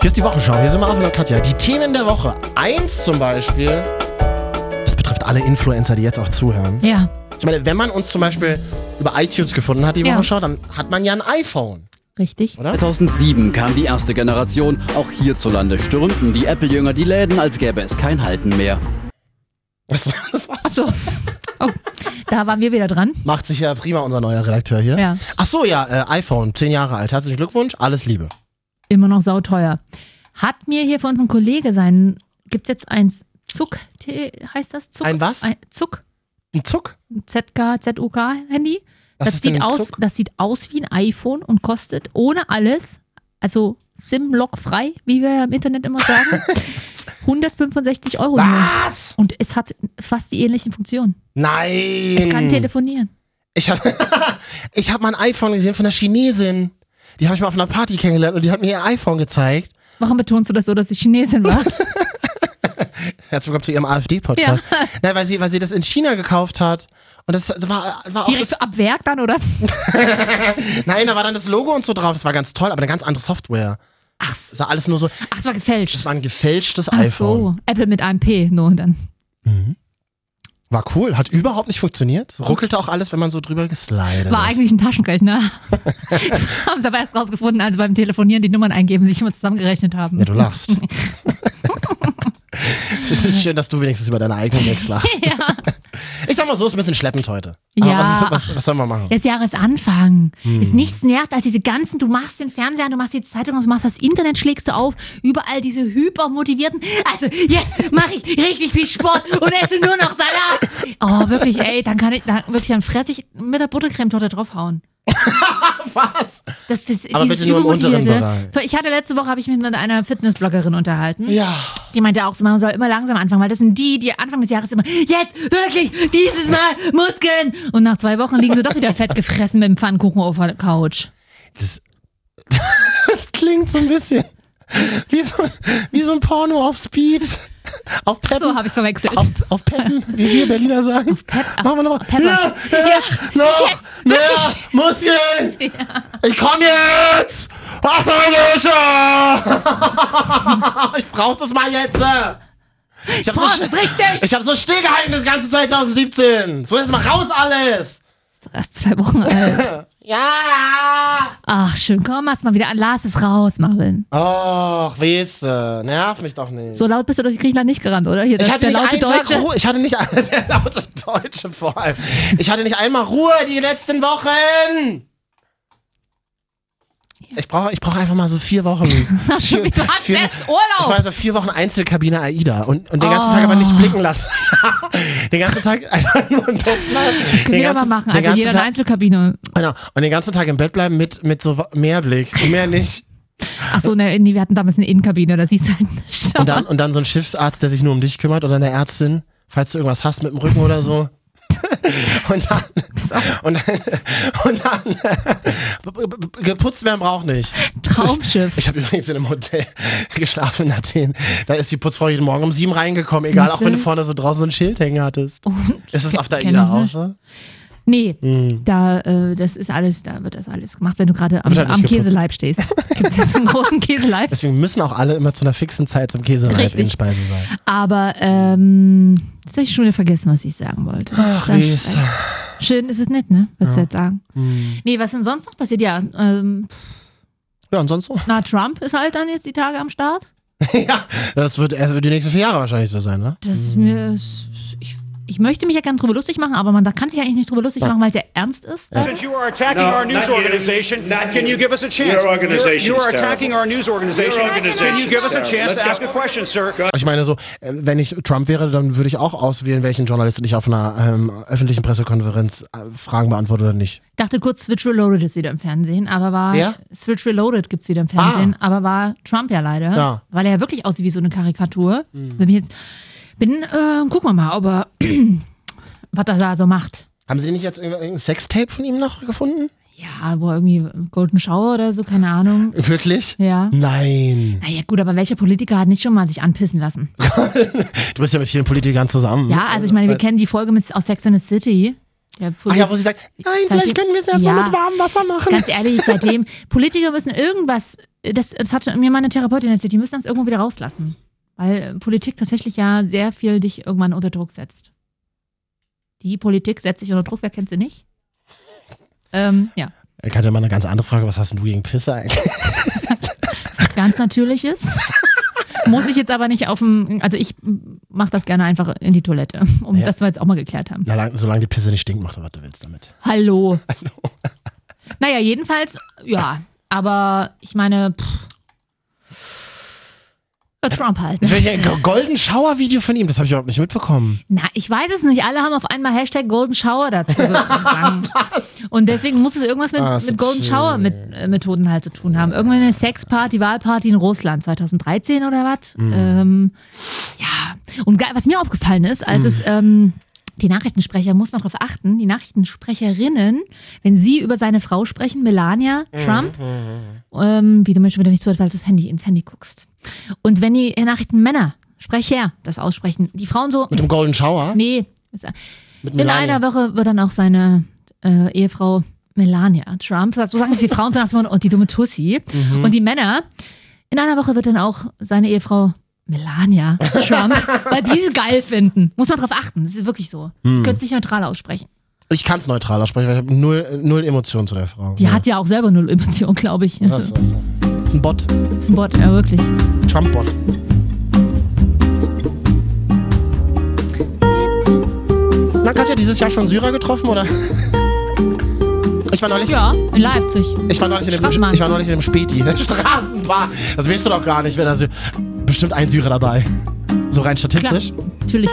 S2: Hier ist die Wochenschau. Hier sind wir auf und Katja. Die Themen der Woche. Eins zum Beispiel. Das betrifft alle Influencer, die jetzt auch zuhören.
S1: Ja,
S2: Ich meine, wenn man uns zum Beispiel über iTunes gefunden hat, die
S1: Ja.
S2: Wochenschau, dann hat man ja ein iPhone.
S1: richtig.
S6: 2007 kam die erste Generation. Auch hierzulande stürmten die Apple-Jünger die Läden, als gäbe es kein Halten mehr.
S2: Das, [LAUGHS] das
S1: Achso. Oh, da waren wir wieder dran.
S2: macht sich ja prima unser neuer Redakteur hier.
S1: Ja.
S2: Ach so, ja, äh, iPhone, zehn Jahre alt. Herzlichen Glückwunsch, alles Liebe.
S1: Immer noch sauteuer. Hat mir hier für unseren Kollege sein, gibt's jetzt eins Zuck, heißt das? Zuck?
S2: Ein was?
S1: Ein Zuck,
S2: Ein Zuck.
S1: ein ZK, ZUK-Handy.
S2: Was
S1: Das
S2: ist denn
S1: sieht,
S2: ein
S1: aus,
S2: Zuck?
S1: das sieht aus wie ein iPhone und kostet ohne alles, also SIM-Lock frei, wie wir ja im Internet immer sagen,
S2: [LAUGHS]
S1: 165 Euro. nur.
S2: Was?
S1: Und es hat fast die ähnlichen Funktionen.
S2: Nein.
S1: Es kann telefonieren.
S2: Ich habe ich hab [LAUGHS] mal ein iPhone gesehen von einer Chinesin. Die habe ich mal auf einer Party kennengelernt und die hat mir ihr iPhone gezeigt.
S1: Warum betonst du das so, dass ich Chinesin
S2: [LAUGHS]
S1: war?
S2: Herzlich willkommen zu ihrem AfD-Podcast.
S1: [LAUGHS]
S2: Nein, weil sie, weil sie das in China gekauft hat. Und das war, war auch
S1: Direkt so ab Werk dann, oder?
S2: das, Nein, da war dann das Logo und so drauf. Das war ganz toll, aber eine ganz andere Software. Ach, sah alles nur so.
S1: Ach, es war gefälscht.
S2: Das war ein gefälschtes
S1: Ach
S2: iPhone.
S1: so, Apple mit einem P, nur und dann.
S2: War cool, hat überhaupt nicht funktioniert. Ruckelte auch alles, wenn man so drüber geslidet
S1: War
S2: ist.
S1: eigentlich ein Taschenrechner.
S2: [LAUGHS]
S1: [LAUGHS] haben sie aber erst rausgefunden, als sie beim Telefonieren die Nummern eingeben, sich immer zusammengerechnet haben.
S2: Ja, du lachst. [LAUGHS] es ist schön, dass du wenigstens über deine eigenen Ex lachst.
S1: [LAUGHS] [LAUGHS] Ja.
S2: Ich sag mal so, ist ein bisschen schleppend heute. Aber
S1: Ja.
S2: was, ist, was, was soll man machen?
S1: des Jahres Anfang.
S2: Hm.
S1: Ist nichts nervt als diese ganzen, du machst den Fernseher an, du machst die Zeitung auf, du machst das Internet, schlägst du auf, überall diese hypermotivierten, also jetzt mache ich richtig viel Sport und esse nur noch Salat. Oh, wirklich, ey, dann kann ich, dann, wirklich, dann fresse ich mit der Buttercremetorte draufhauen.
S2: [LAUGHS] Was?
S1: Das, das,
S2: Aber
S1: dieses
S2: bitte nur im unteren
S1: übermotivierte- Ich hatte letzte Woche, habe ich mich mit einer Fitnessbloggerin unterhalten.
S2: Ja.
S1: Die meinte auch, so, man soll immer langsam anfangen, weil das sind die, die Anfang des Jahres immer, jetzt wirklich, dieses Mal Muskeln. Und nach zwei Wochen liegen sie doch wieder fett gefressen mit dem Pfannkuchen auf der Couch.
S2: Das, [LAUGHS] das klingt so ein bisschen wie so, wie so ein Porno auf Speed. Auf Peppen.
S1: So habe ich verwechselt.
S2: auf, auf Peppen, wie wir Berliner sagen. Machen wir nochmal.
S1: Peppen.
S2: Ja, ja,
S1: Ja,
S2: noch
S1: jetzt,
S2: mehr Muskeln. Ich komm jetzt. Was soll [LAUGHS] ich? Ich brauch das mal jetzt. Ich hab, so,
S1: brauch das
S2: sch-
S1: richtig.
S2: ich hab so stillgehalten das ganze 2017. So jetzt mal raus alles.
S1: Erst zwei Wochen alt.
S2: Ja.
S1: Ach, schön, komm, mach's mal wieder an. Lars ist raus, Marvin.
S2: Och, weste, nerv mich doch nicht.
S1: So laut bist du durch Griechenland nicht gerannt, oder? Hier, der,
S2: ich hatte
S1: der
S2: nicht
S1: laute
S2: einen Tag
S1: Deutsche.
S2: Ruhe. Ich hatte nicht [LAUGHS] der laute Deutsche vor allem. Ich hatte nicht einmal Ruhe die letzten Wochen. Ich brauche ich brauch einfach mal so
S1: [LAUGHS]
S2: vier Wochen.
S1: Schon wieder- du hast
S2: vier,
S1: jetzt
S2: Ich
S1: Urlaub. Oh.
S2: war so vier Wochen Einzelkabine AIDA und, und den ganzen Tag aber nicht blicken lassen. [LAUGHS] den ganzen Tag einfach nur im Bett bleiben.
S1: Das können
S2: Den
S1: wir
S2: ganzen-
S1: mal machen.
S2: den
S1: Also
S2: ganzen
S1: jeder in
S2: Tag-
S1: der Einzelkabine.
S2: Genau. Und den ganzen Tag im Bett bleiben mit, mit so mehr Blick. Mehr nicht.
S1: Ach so, ne, nee, wir hatten damals eine Innenkabine, da siehst du halt nicht.
S2: Und dann, und dann so ein Schiffsarzt, der sich nur um dich kümmert oder eine Ärztin, falls du irgendwas hast mit dem Rücken oder so. [LAUGHS] Und dann, und dann, und dann b- b- b- geputzt werden braucht nicht.
S1: Traumschiff.
S2: Ich habe übrigens in einem Hotel geschlafen in Athen. Da ist die Putzfrau jeden Morgen um sieben reingekommen, egal, auch wenn du vorne so draußen so ein Schild hängen hattest. ist es auf der
S1: kenn Mhm. Oh, ich
S2: Ida ne? auch
S1: nicht.
S2: so?
S1: Nee, da, äh, das ist alles, da wird das alles gemacht, wenn du gerade am,
S2: Mhm. Wird halt nicht
S1: am
S2: geputzt.
S1: Käseleib
S2: [LAUGHS]
S1: stehst. Gibt es einen großen Käseleib?
S2: Deswegen müssen auch alle immer zu einer fixen Zeit zum Käseleib
S1: Richtig.
S2: in Speise sein.
S1: Aber ähm, jetzt habe ich schon wieder vergessen, was ich sagen wollte.
S2: Ach,
S1: Das-
S2: Riester.
S1: Schön ist es nicht, ne? Was du jetzt sagen?
S2: Mhm.
S1: Nee, was denn sonst noch passiert? Ja, ähm,
S2: Ja, und [LAUGHS] sonst so?
S1: na, Trump ist halt dann jetzt die Tage am Start.
S2: ja, das wird erst die nächsten vier Jahre wahrscheinlich so sein, ne?
S1: Das ist mir. Ich, ich möchte mich ja gerne drüber lustig machen, aber man da kann sich eigentlich nicht drüber lustig machen, weil es ja ernst ist.
S7: Since you are attacking
S8: No,
S7: our news
S8: not you.
S7: organization,
S8: Not
S7: can
S8: you.
S7: you give us a chance?
S8: Your organization
S7: You are
S8: is terrible.
S7: attacking our news organization.
S8: Your
S7: Can you
S8: organization
S7: give
S8: is
S7: us a
S8: terrible.
S7: chance
S8: Let's
S7: to ask
S8: go.
S7: a question, sir?
S2: Ich meine so, äh, wenn ich Trump wäre, dann würde ich auch auswählen, welchen Journalisten ich auf einer ähm, öffentlichen Pressekonferenz äh, Fragen beantworte oder nicht.
S1: Ich dachte kurz, Switch Reloaded ist wieder im Fernsehen, aber war.
S2: Wer? Ah.
S1: Switch Reloaded gibt es wieder im Fernsehen, aber war Trump ja leider.
S2: Ja. Hm.
S1: Weil er ja wirklich aussieht wie so eine Karikatur. Wenn ich jetzt bin, äh, gucken wir mal, ob er, [CLEARS THROAT] was er da so macht.
S2: Haben Sie nicht jetzt irgend- irgendein Sextape von ihm noch gefunden?
S1: Ja, wo er irgendwie Golden Shower oder so, keine Ahnung.
S2: [LAUGHS] Wirklich?
S1: Ja.
S2: Nein.
S1: Naja, gut, aber welcher Politiker hat nicht schon mal sich anpissen lassen?
S2: Du bist ja mit vielen Politikern zusammen.
S1: Ja, also ich meine, wir kennen die Folge mit, aus Sex and the City. Der
S2: Äh, Ach ja, wo sie sagt, nein,
S1: Seitdem-
S2: vielleicht können wir es erstmal
S1: Ja.
S2: mit warmem Wasser machen.
S1: Ganz ehrlich,
S2: [LAUGHS]
S1: seitdem, Politiker müssen irgendwas, das, das hat mir meine Therapeutin erzählt, die müssen das irgendwo wieder rauslassen. Weil äh, Politik tatsächlich ja sehr viel dich irgendwann unter Druck setzt. Die Politik setzt dich unter Druck, wer kennt sie nicht? Ähm, ja,
S2: Ich hatte mal eine ganz andere Frage, was hast denn du gegen Pisse [LAUGHS] eigentlich?
S1: was ganz
S2: [LAUGHS]
S1: Natürliches. Muss ich jetzt aber nicht auf dem, also ich mache das gerne einfach in die Toilette, um
S2: Ja.
S1: das wir jetzt auch mal geklärt haben.
S2: Na, lang- solange die Pisse nicht stinkt, mach doch, was du willst damit.
S1: Hallo. Hallo. Naja, jedenfalls, ja. Aber ich meine, pff, äh, Trump halt.
S2: Das wäre ja ein Golden Shower Video von ihm, das habe ich überhaupt nicht mitbekommen.
S1: Na, ich weiß es nicht. Alle haben auf einmal Hashtag Golden Shower dazu
S2: [LAUGHS]
S1: gesagt. Und deswegen muss es irgendwas mit,
S2: Ah, ist
S1: mit
S2: das
S1: Golden
S2: schön.
S1: Shower mit, äh, Methoden halt zu tun haben. Irgendwann eine Sexparty, Wahlparty in Russland 2013 oder was?
S2: Hm.
S1: Ähm, ja. Und ge- was mir aufgefallen ist,
S2: Hm.
S1: als es ähm, die Nachrichtensprecher, muss man darauf achten, die Nachrichtensprecherinnen, wenn sie über seine Frau sprechen, Melania
S2: Hm,
S1: Trump, ähm, wie du mir schon wieder nicht zuhörst, weil du das Handy ins Handy guckst. Und wenn die Nachrichtenmänner, Sprecher, das aussprechen, die Frauen so,
S2: Mit dem Golden Shower?
S1: Nee.
S2: Mit
S1: In
S2: Melania.
S1: einer Woche wird dann auch seine äh, Ehefrau Melania Trump, so sagen es
S2: [LAUGHS]
S1: die Frauen, so nach dem Motto, und die dumme Tussi.
S2: Mhm.
S1: Und die Männer, in einer Woche wird dann auch seine Ehefrau Melania
S2: [LAUGHS]
S1: Trump, weil die sie geil finden. Muss man drauf achten, das ist wirklich so. Hm. Könnt nicht neutral aussprechen.
S2: Ich kann es neutral aussprechen, weil ich habe null, null Emotionen zu der Frau.
S1: Die hat ja auch selber null Emotion, glaube ich.
S2: Das ist ein Bot.
S1: ist ein Bot, ja wirklich.
S2: Trump-Bot. Na, Katja, dieses Jahr schon Syrer getroffen, oder? [LAUGHS] Ich war neulich,
S1: Ja, in Leipzig.
S2: ich war neulich, in, dem,
S1: Straßenbahn.
S2: ich war neulich in dem Späti. [LAUGHS] Straßenbahn. Das weißt du doch gar nicht, wenn da Sy- Bestimmt ein Syrer dabei. So rein
S1: Klar,
S2: statistisch.
S1: natürlich.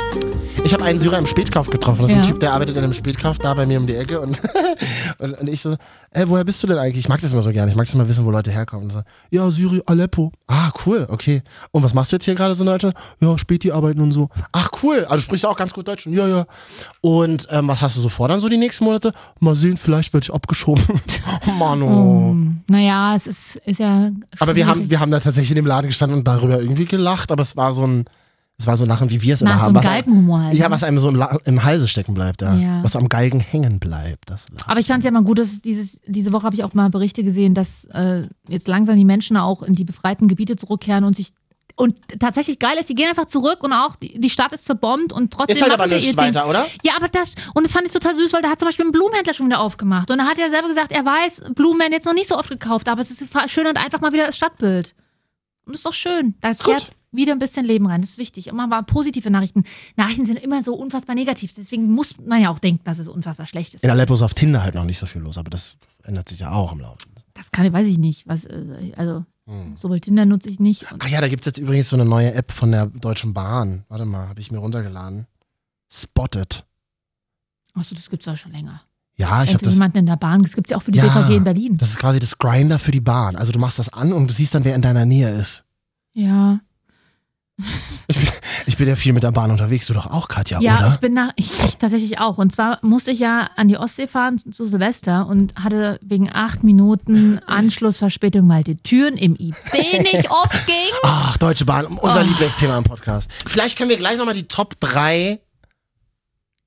S2: Ich habe einen Syrer im Spätkauf getroffen. Das ist ein
S1: Ja.
S2: Typ, der arbeitet in einem Spätkauf da bei mir um die Ecke. Und, [LAUGHS] und, und ich so, ey, woher bist du denn eigentlich? Ich mag das immer so gerne. Ich mag das immer wissen, wo Leute herkommen. Und so, ja, Syrien, Aleppo. Ah, cool, okay. Und was machst du jetzt hier gerade so in Deutschland? Ja, Späti arbeiten und so. Ach, cool. Also sprichst du auch ganz gut Deutsch. Und, Ja, ja. Und ähm, was hast du so vor dann so die nächsten Monate? Mal sehen, vielleicht werde ich abgeschoben. [LAUGHS] oh, Mann, oh.
S1: Hm, Naja, es ist, ist ja.
S2: Aber wir haben, wir haben da tatsächlich in dem Laden gestanden und darüber irgendwie gelacht. Aber es war so ein, es war so ein Lachen, wie wir es
S1: Na,
S2: immer
S1: so
S2: haben.
S1: ein
S2: Was-
S1: Galgenhumor halt.
S2: ja,
S1: ne?
S2: was einem so im, La im Halse stecken bleibt, ja.
S1: Ja.
S2: Was so am Galgen hängen bleibt. Das Lachen.
S1: Aber ich fand es ja mal gut, dass dieses, diese Woche habe ich auch mal Berichte gesehen, dass äh, jetzt langsam die Menschen auch in die befreiten Gebiete zurückkehren und sich und tatsächlich geil ist, die gehen einfach zurück und auch die, die Stadt ist zerbombt und trotzdem
S2: Ist halt
S1: machen
S2: aber
S1: die
S2: nicht
S1: ihr
S2: weiter, oder?
S1: Ja, aber das und das fand ich total süß, weil da hat zum Beispiel ein Blumenhändler schon wieder aufgemacht und da hat er selber gesagt, er weiß, Blumen werden jetzt noch nicht so oft gekauft, aber es ist fa- schön und einfach mal wieder das Stadtbild. Und das ist doch schön. Da kehrt wieder ein bisschen Leben rein. Das ist wichtig. Immer mal positive Nachrichten. Nachrichten sind immer so unfassbar negativ. Deswegen muss man ja auch denken, dass es unfassbar schlecht ist.
S2: In Aleppo ist auf Tinder halt noch nicht so viel los, aber das ändert sich ja auch im Laufe.
S1: Das kann ich, weiß ich nicht. Was, äh, also,
S2: Hm.
S1: sowohl Tinder nutze ich nicht. Und
S2: Ach ja, da gibt es jetzt übrigens so eine neue App von der Deutschen Bahn. Warte mal, habe ich mir runtergeladen. Spotted.
S1: achso, das gibt es ja schon länger.
S2: Ja, ich habe
S1: Hätte
S2: das.
S1: jemanden in der Bahn. Das gibt es ja auch für die
S2: Ja,
S1: BVG in Berlin.
S2: Das ist quasi das Grinder für die Bahn. Also du machst das an und du siehst dann, wer in deiner Nähe ist.
S1: ja.
S2: Ich bin ja viel mit der Bahn unterwegs, du doch auch, Katja,
S1: Ja,
S2: oder?
S1: ich bin nach, [LAUGHS] ich, ich tatsächlich auch. Und zwar musste ich ja an die Ostsee fahren zu Silvester und hatte wegen acht Minuten Anschlussverspätung, weil die Türen im
S2: [LAUGHS]
S1: IC nicht aufgingen.
S2: Ach, Deutsche Bahn, unser Lieblingsthema im Podcast. Vielleicht können wir gleich nochmal die Top 3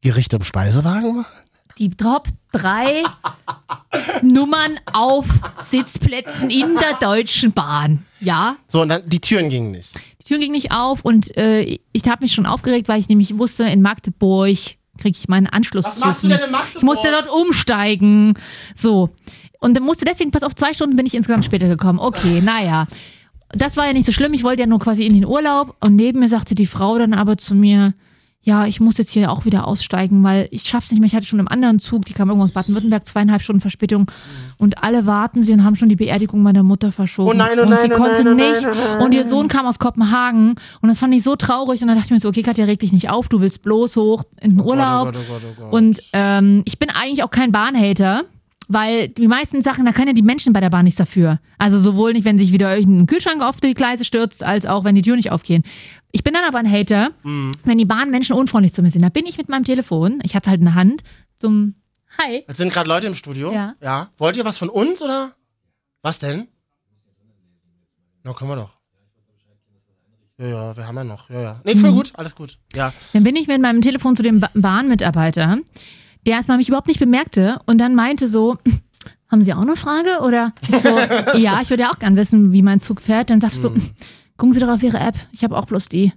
S2: Gerichte im Speisewagen machen.
S1: Die Top 3 Nummern auf Sitzplätzen in der Deutschen Bahn. Ja,
S2: So, und dann, die Türen gingen nicht.
S1: Die Tür ging nicht auf und äh, ich habe mich schon aufgeregt, weil ich nämlich wusste, in Magdeburg kriege ich meinen Anschlusszug.
S2: Was machst du denn in
S1: nicht.
S2: Magdeburg?
S1: Ich musste dort umsteigen. So. Und musste deswegen, pass auf, zwei Stunden bin ich insgesamt später gekommen. Okay, naja. Das war ja nicht so schlimm. Ich wollte ja nur quasi in den Urlaub. Und neben mir sagte die Frau dann aber zu mir, ja, ich muss jetzt hier auch wieder aussteigen, weil ich schaff's nicht mehr. Ich hatte schon einen anderen Zug, die kam irgendwo aus Baden-Württemberg, zweieinhalb Stunden Verspätung. Und alle warten sie und haben schon die Beerdigung meiner Mutter verschoben.
S2: Oh nein, oh
S1: und
S2: nein,
S1: sie
S2: oh
S1: konnte
S2: nein, oh
S1: nicht. und ihr Sohn kam aus Kopenhagen. Und das fand ich so traurig. Und dann dachte ich mir so, okay, Katja, reg dich nicht auf. Du willst bloß hoch in den Urlaub.
S2: Gott, oh Gott, oh Gott.
S1: Und ähm, ich bin eigentlich auch kein Bahnhater, weil die meisten Sachen, da können ja die Menschen bei der Bahn nichts dafür. Also sowohl nicht, wenn sich wieder irgendein Kühlschrank auf die Gleise stürzt, als auch wenn die Türen nicht aufgehen. Ich bin dann aber ein Hater, wenn die Bahnmenschen unfreundlich zu mir sind. Da bin ich mit meinem Telefon, ich hatte halt eine Hand, zum Hi.
S2: Jetzt sind gerade Leute im Studio.
S1: Ja.
S2: Wollt ihr was von uns oder? Was denn? Na, können wir doch. Ja, ja, wir haben ja noch. Ja, ja. Nee,
S1: Mhm.
S2: voll gut, alles gut. Ja.
S1: Dann bin ich mit meinem Telefon zu dem ba Bahnmitarbeiter, der erstmal mich überhaupt nicht bemerkte und dann meinte so, [LAUGHS] haben Sie auch eine Frage? Oder ich
S2: [LAUGHS]
S1: so, ja, ich würde ja auch gern wissen, wie mein Zug fährt. Dann sagt er
S2: Hm.
S1: so, [LAUGHS] gucken Sie doch auf Ihre App, ich habe auch bloß die.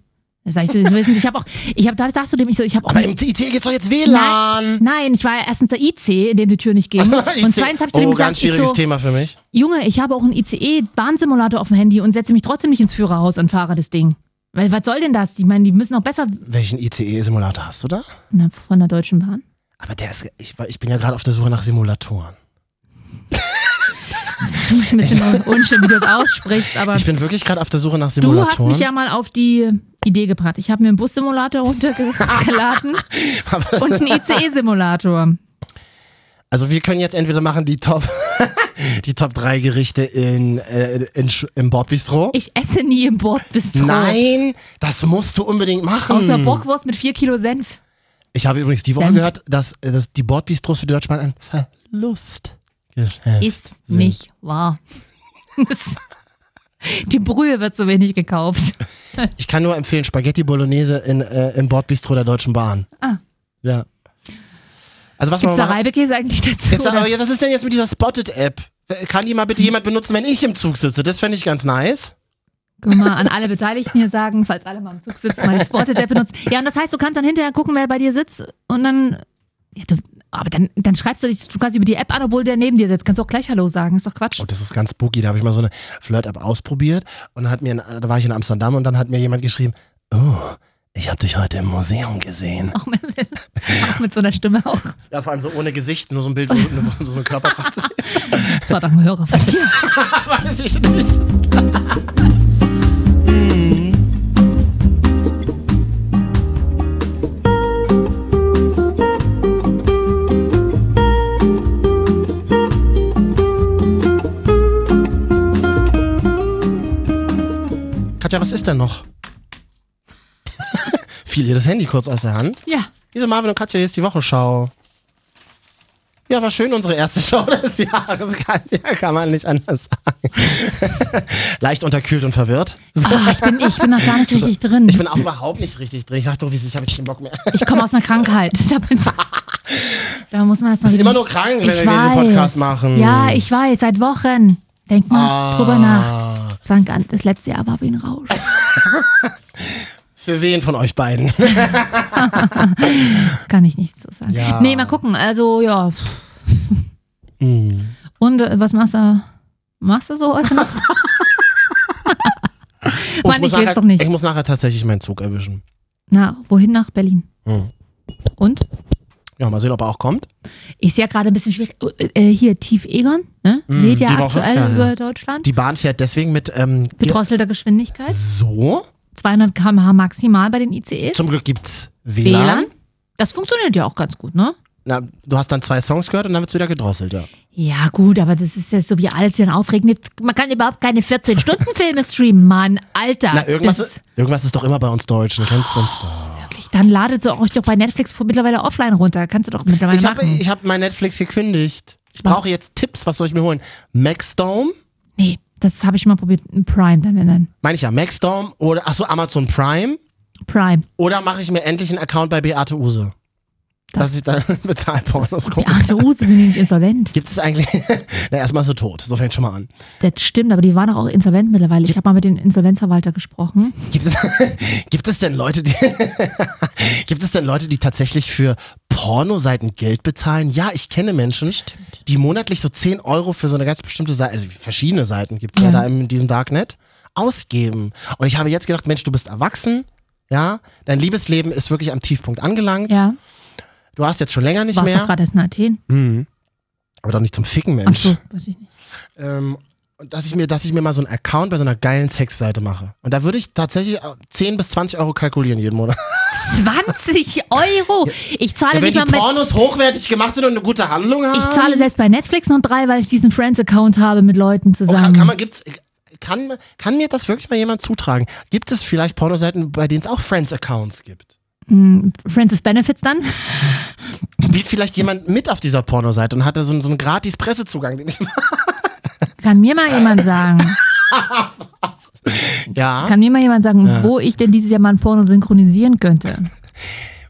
S1: Da sag ich so, das wissen Sie, ich habe auch, ich habe, da sagst du dem, ich so, ich habe auch
S2: Aber
S1: eine
S2: im IT geht's doch jetzt
S1: Nein,
S2: WLAN.
S1: nein, ich war erstens der IC, in dem die Tür nicht
S2: [LAUGHS]
S1: ging. [LAUGHS] Und zweitens habe ich zu dem
S2: oh,
S1: gesagt,
S2: ganz
S1: ich
S2: schwieriges
S1: so,
S2: Thema für mich.
S1: Junge, ich habe auch einen ICE-Bahnsimulator auf dem Handy und setze mich trotzdem nicht ins Führerhaus und fahre das Ding. Weil was soll denn das? Ich meine, die müssen auch besser
S2: Welchen ICE-Simulator hast du da?
S1: na, von der Deutschen Bahn.
S2: Aber der ist, ich, war- ich bin ja gerade auf der Suche nach Simulatoren.
S1: Ich ein bisschen unschön,
S2: [LAUGHS]
S1: wie du das aussprichst, aber
S2: Ich bin wirklich gerade auf der Suche nach
S1: du hast
S2: Simulatoren.
S1: mich ja mal auf die Idee gebracht. Ich habe mir einen Bussimulator [LAUGHS] runtergeladen
S2: [LAUGHS] Aber-
S1: und
S2: [LAUGHS]
S1: einen ICE-Simulator.
S2: also wir können jetzt entweder machen die Top, [LAUGHS] die Top 3 Gerichte in, äh, in, Sch- im Bordbistro.
S1: Ich esse nie im Bordbistro.
S2: Nein, das musst du unbedingt machen.
S1: Außer Bockwurst mit 4 Kilo Senf.
S2: Ich habe übrigens die Woche
S1: Senf.
S2: gehört, dass, äh, dass die Bordbistros für die Deutschen Bahn ein Verlust
S1: Ist nicht
S2: [LAUGHS]
S1: wahr. [LAUGHS] Das- die Brühe wird zu wenig gekauft.
S2: Ich kann nur empfehlen, Spaghetti Bolognese in, äh, im Bordbistro der Deutschen Bahn.
S1: Ah.
S2: Ja. Also was
S1: Gibt's
S2: man
S1: da
S2: machen-
S1: Reibekäse eigentlich dazu?
S2: Jetzt, aber,
S1: oder?
S2: ja, was ist denn jetzt mit dieser Spotted-App? Kann die mal bitte jemand benutzen, wenn ich im Zug sitze? Das fände ich ganz nice.
S1: Können wir mal an alle Beteiligten hier sagen, falls alle mal im Zug sitzen, mal die Sportet-App benutzen. Ja, und das heißt, du kannst dann hinterher gucken, wer bei dir sitzt und dann. Ja, du, aber dann, dann schreibst du dich, du kannst über die App an, obwohl der neben dir sitzt. Kannst du auch gleich Hallo sagen, ist doch Quatsch.
S2: Oh, das ist ganz spooky. Da habe ich mal so eine Flirt-App ausprobiert und dann hat mir, da war ich in Amsterdam und dann hat mir jemand geschrieben, oh, ich habe dich heute im Museum gesehen.
S1: Auch mit, auch mit so einer Stimme auch.
S2: Ja, vor allem so ohne Gesicht, nur so ein Bild, wo so, so ein Körper zu sehen.
S1: Das war doch ein Hörer von dir.
S2: [LAUGHS] Weiß ich nicht. Katja, was ist denn noch? [LAUGHS] Fiel ihr das Handy kurz aus der Hand?
S1: Ja.
S2: Diese Marvin und Katja, hier ist die Wochenschau. Ja, war schön unsere erste Show [LAUGHS] des Jahres. Kann, ja, kann man nicht anders sagen. [LAUGHS] Leicht unterkühlt und verwirrt.
S1: Ah, ich, bin, ich bin noch gar nicht richtig drin.
S2: Ich bin auch überhaupt nicht richtig drin. Ich dachte, wie ich habe keinen Bock mehr.
S1: Ich komme aus einer
S2: [LAUGHS]
S1: Krankheit. Da, bin ich, da muss man das mal.
S2: Wir sind
S1: wieder-
S2: immer nur krank, wenn
S1: Mhm. ich
S2: wir
S1: weiß.
S2: diesen Podcast machen.
S1: Ja, ich weiß, seit Wochen. Denk mal
S2: Ah.
S1: drüber nach. Das, war ein, ganz- das letzte Jahr war wie ein Rausch.
S2: Für wen von
S1: [LAUGHS]
S2: euch beiden?
S1: Kann ich nichts zu sagen.
S2: Ja.
S1: Nee, mal gucken. Also, ja.
S2: Mhm.
S1: Und äh, was machst du? Machst du so [LAUGHS] heute noch?
S2: Oh,
S1: Mann,
S2: muss
S1: ich will's
S2: nachher,
S1: doch nicht.
S2: Ich muss nachher tatsächlich meinen Zug erwischen.
S1: Na, wohin nach Berlin?
S2: Hm.
S1: Und?
S2: Ja, mal sehen, ob er auch kommt.
S1: Ist ja gerade ein bisschen schwierig. Äh, hier, Tief Egon, ne? Weht ja
S2: Mhm, die Woche,
S1: aktuell
S2: ja, ja.
S1: über Deutschland.
S2: Die Bahn fährt deswegen mit ähm,
S1: Gedrosselter Geschwindigkeit.
S2: so.
S1: 200 km/h maximal bei den ICEs.
S2: Zum Glück gibt's WLAN.
S1: WLAN. Das funktioniert ja auch ganz gut, ne?
S2: Na, du hast dann zwei Songs gehört und dann wird's wieder gedrosselt, ja.
S1: Ja, gut, aber das ist ja so wie alles hier aufregend. Man kann überhaupt keine 14-Stunden-Filme
S2: [LAUGHS]
S1: streamen, Mann. Alter.
S2: Na, irgendwas,
S1: Ah, das-
S2: ist, irgendwas ist doch immer bei uns Deutschen. Kennst du sonst doch.
S1: Wirklich, dann ladet sie euch doch bei Netflix vor- mittlerweile offline runter. Kannst du doch mittlerweile
S2: Ich habe
S1: machen.
S2: ich hab mein Netflix gekündigt. Ich brauche jetzt Tipps. Was soll ich mir holen? Maxdome?
S1: nee, das habe ich schon mal probiert. Ein Prime dann, wenn dann.
S2: Meine ich ja, Maxdome oder, achso, Amazon Prime.
S1: Prime.
S2: Oder mache ich mir endlich einen Account bei Beate Use?
S1: Das-
S2: dass ich dann [LAUGHS]
S1: Oh,
S2: Bezahlpornos
S1: [LAUGHS]
S2: gucke.
S1: Beate Use uh, sind nicht insolvent.
S2: Gibt es eigentlich. [LAUGHS] Na, erstmal ist sie tot. So fängt schon mal an.
S1: Das stimmt, aber die waren doch auch insolvent mittlerweile. Ich habe mal mit dem Insolvenzverwalter gesprochen.
S2: Gibt es, [LAUGHS] gibt es denn Leute, die. [LAUGHS] gibt es denn Leute, die tatsächlich für Pornoseiten Geld bezahlen? Ja, ich kenne Menschen, die monatlich so 10 Euro für so eine ganz bestimmte Seite, also verschiedene Seiten gibt es ja.
S1: Ja.
S2: da in diesem Darknet, ausgeben. Und ich habe jetzt gedacht, Mensch, du bist erwachsen. Ja, dein Liebesleben ist wirklich am Tiefpunkt angelangt.
S1: Ja,
S2: Du warst jetzt schon länger nicht
S1: warst doch
S2: mehr,
S1: gerade erst in Athen.
S2: aber doch nicht zum Ficken,
S1: Ach
S2: Mensch.
S1: so, weiß ich nicht.
S2: ähm, und dass ich mir, dass ich mir mal so einen Account bei so einer geilen Sexseite mache. Und da würde ich tatsächlich äh, 10 bis 20 Euro kalkulieren jeden Monat.
S1: 20 Euro! Ich zahle
S2: Ja, wenn
S1: Also nicht
S2: die
S1: mal mit.
S2: Pornos hochwertig gemacht sind und eine gute Handlung haben.
S1: Ich zahle selbst bei Netflix noch drei, weil ich diesen Friends-Account habe mit Leuten
S2: oh, kann,
S1: zusammen.
S2: kann, man, gibt's, kann, kann mir das wirklich mal jemand zutragen? Gibt es vielleicht Pornoseiten, bei denen es auch Friends-Accounts gibt?
S1: Friends with Benefits dann?
S2: Spielt vielleicht jemand mit auf dieser Pornoseite und hat da so, einen- so einen gratis Pressezugang? Den ich, [LAUGHS]
S1: Kann mir mal jemand sagen,
S2: ja,
S1: kann mir mal jemand sagen, wo ich denn dieses Jahr mal ein Porno synchronisieren könnte?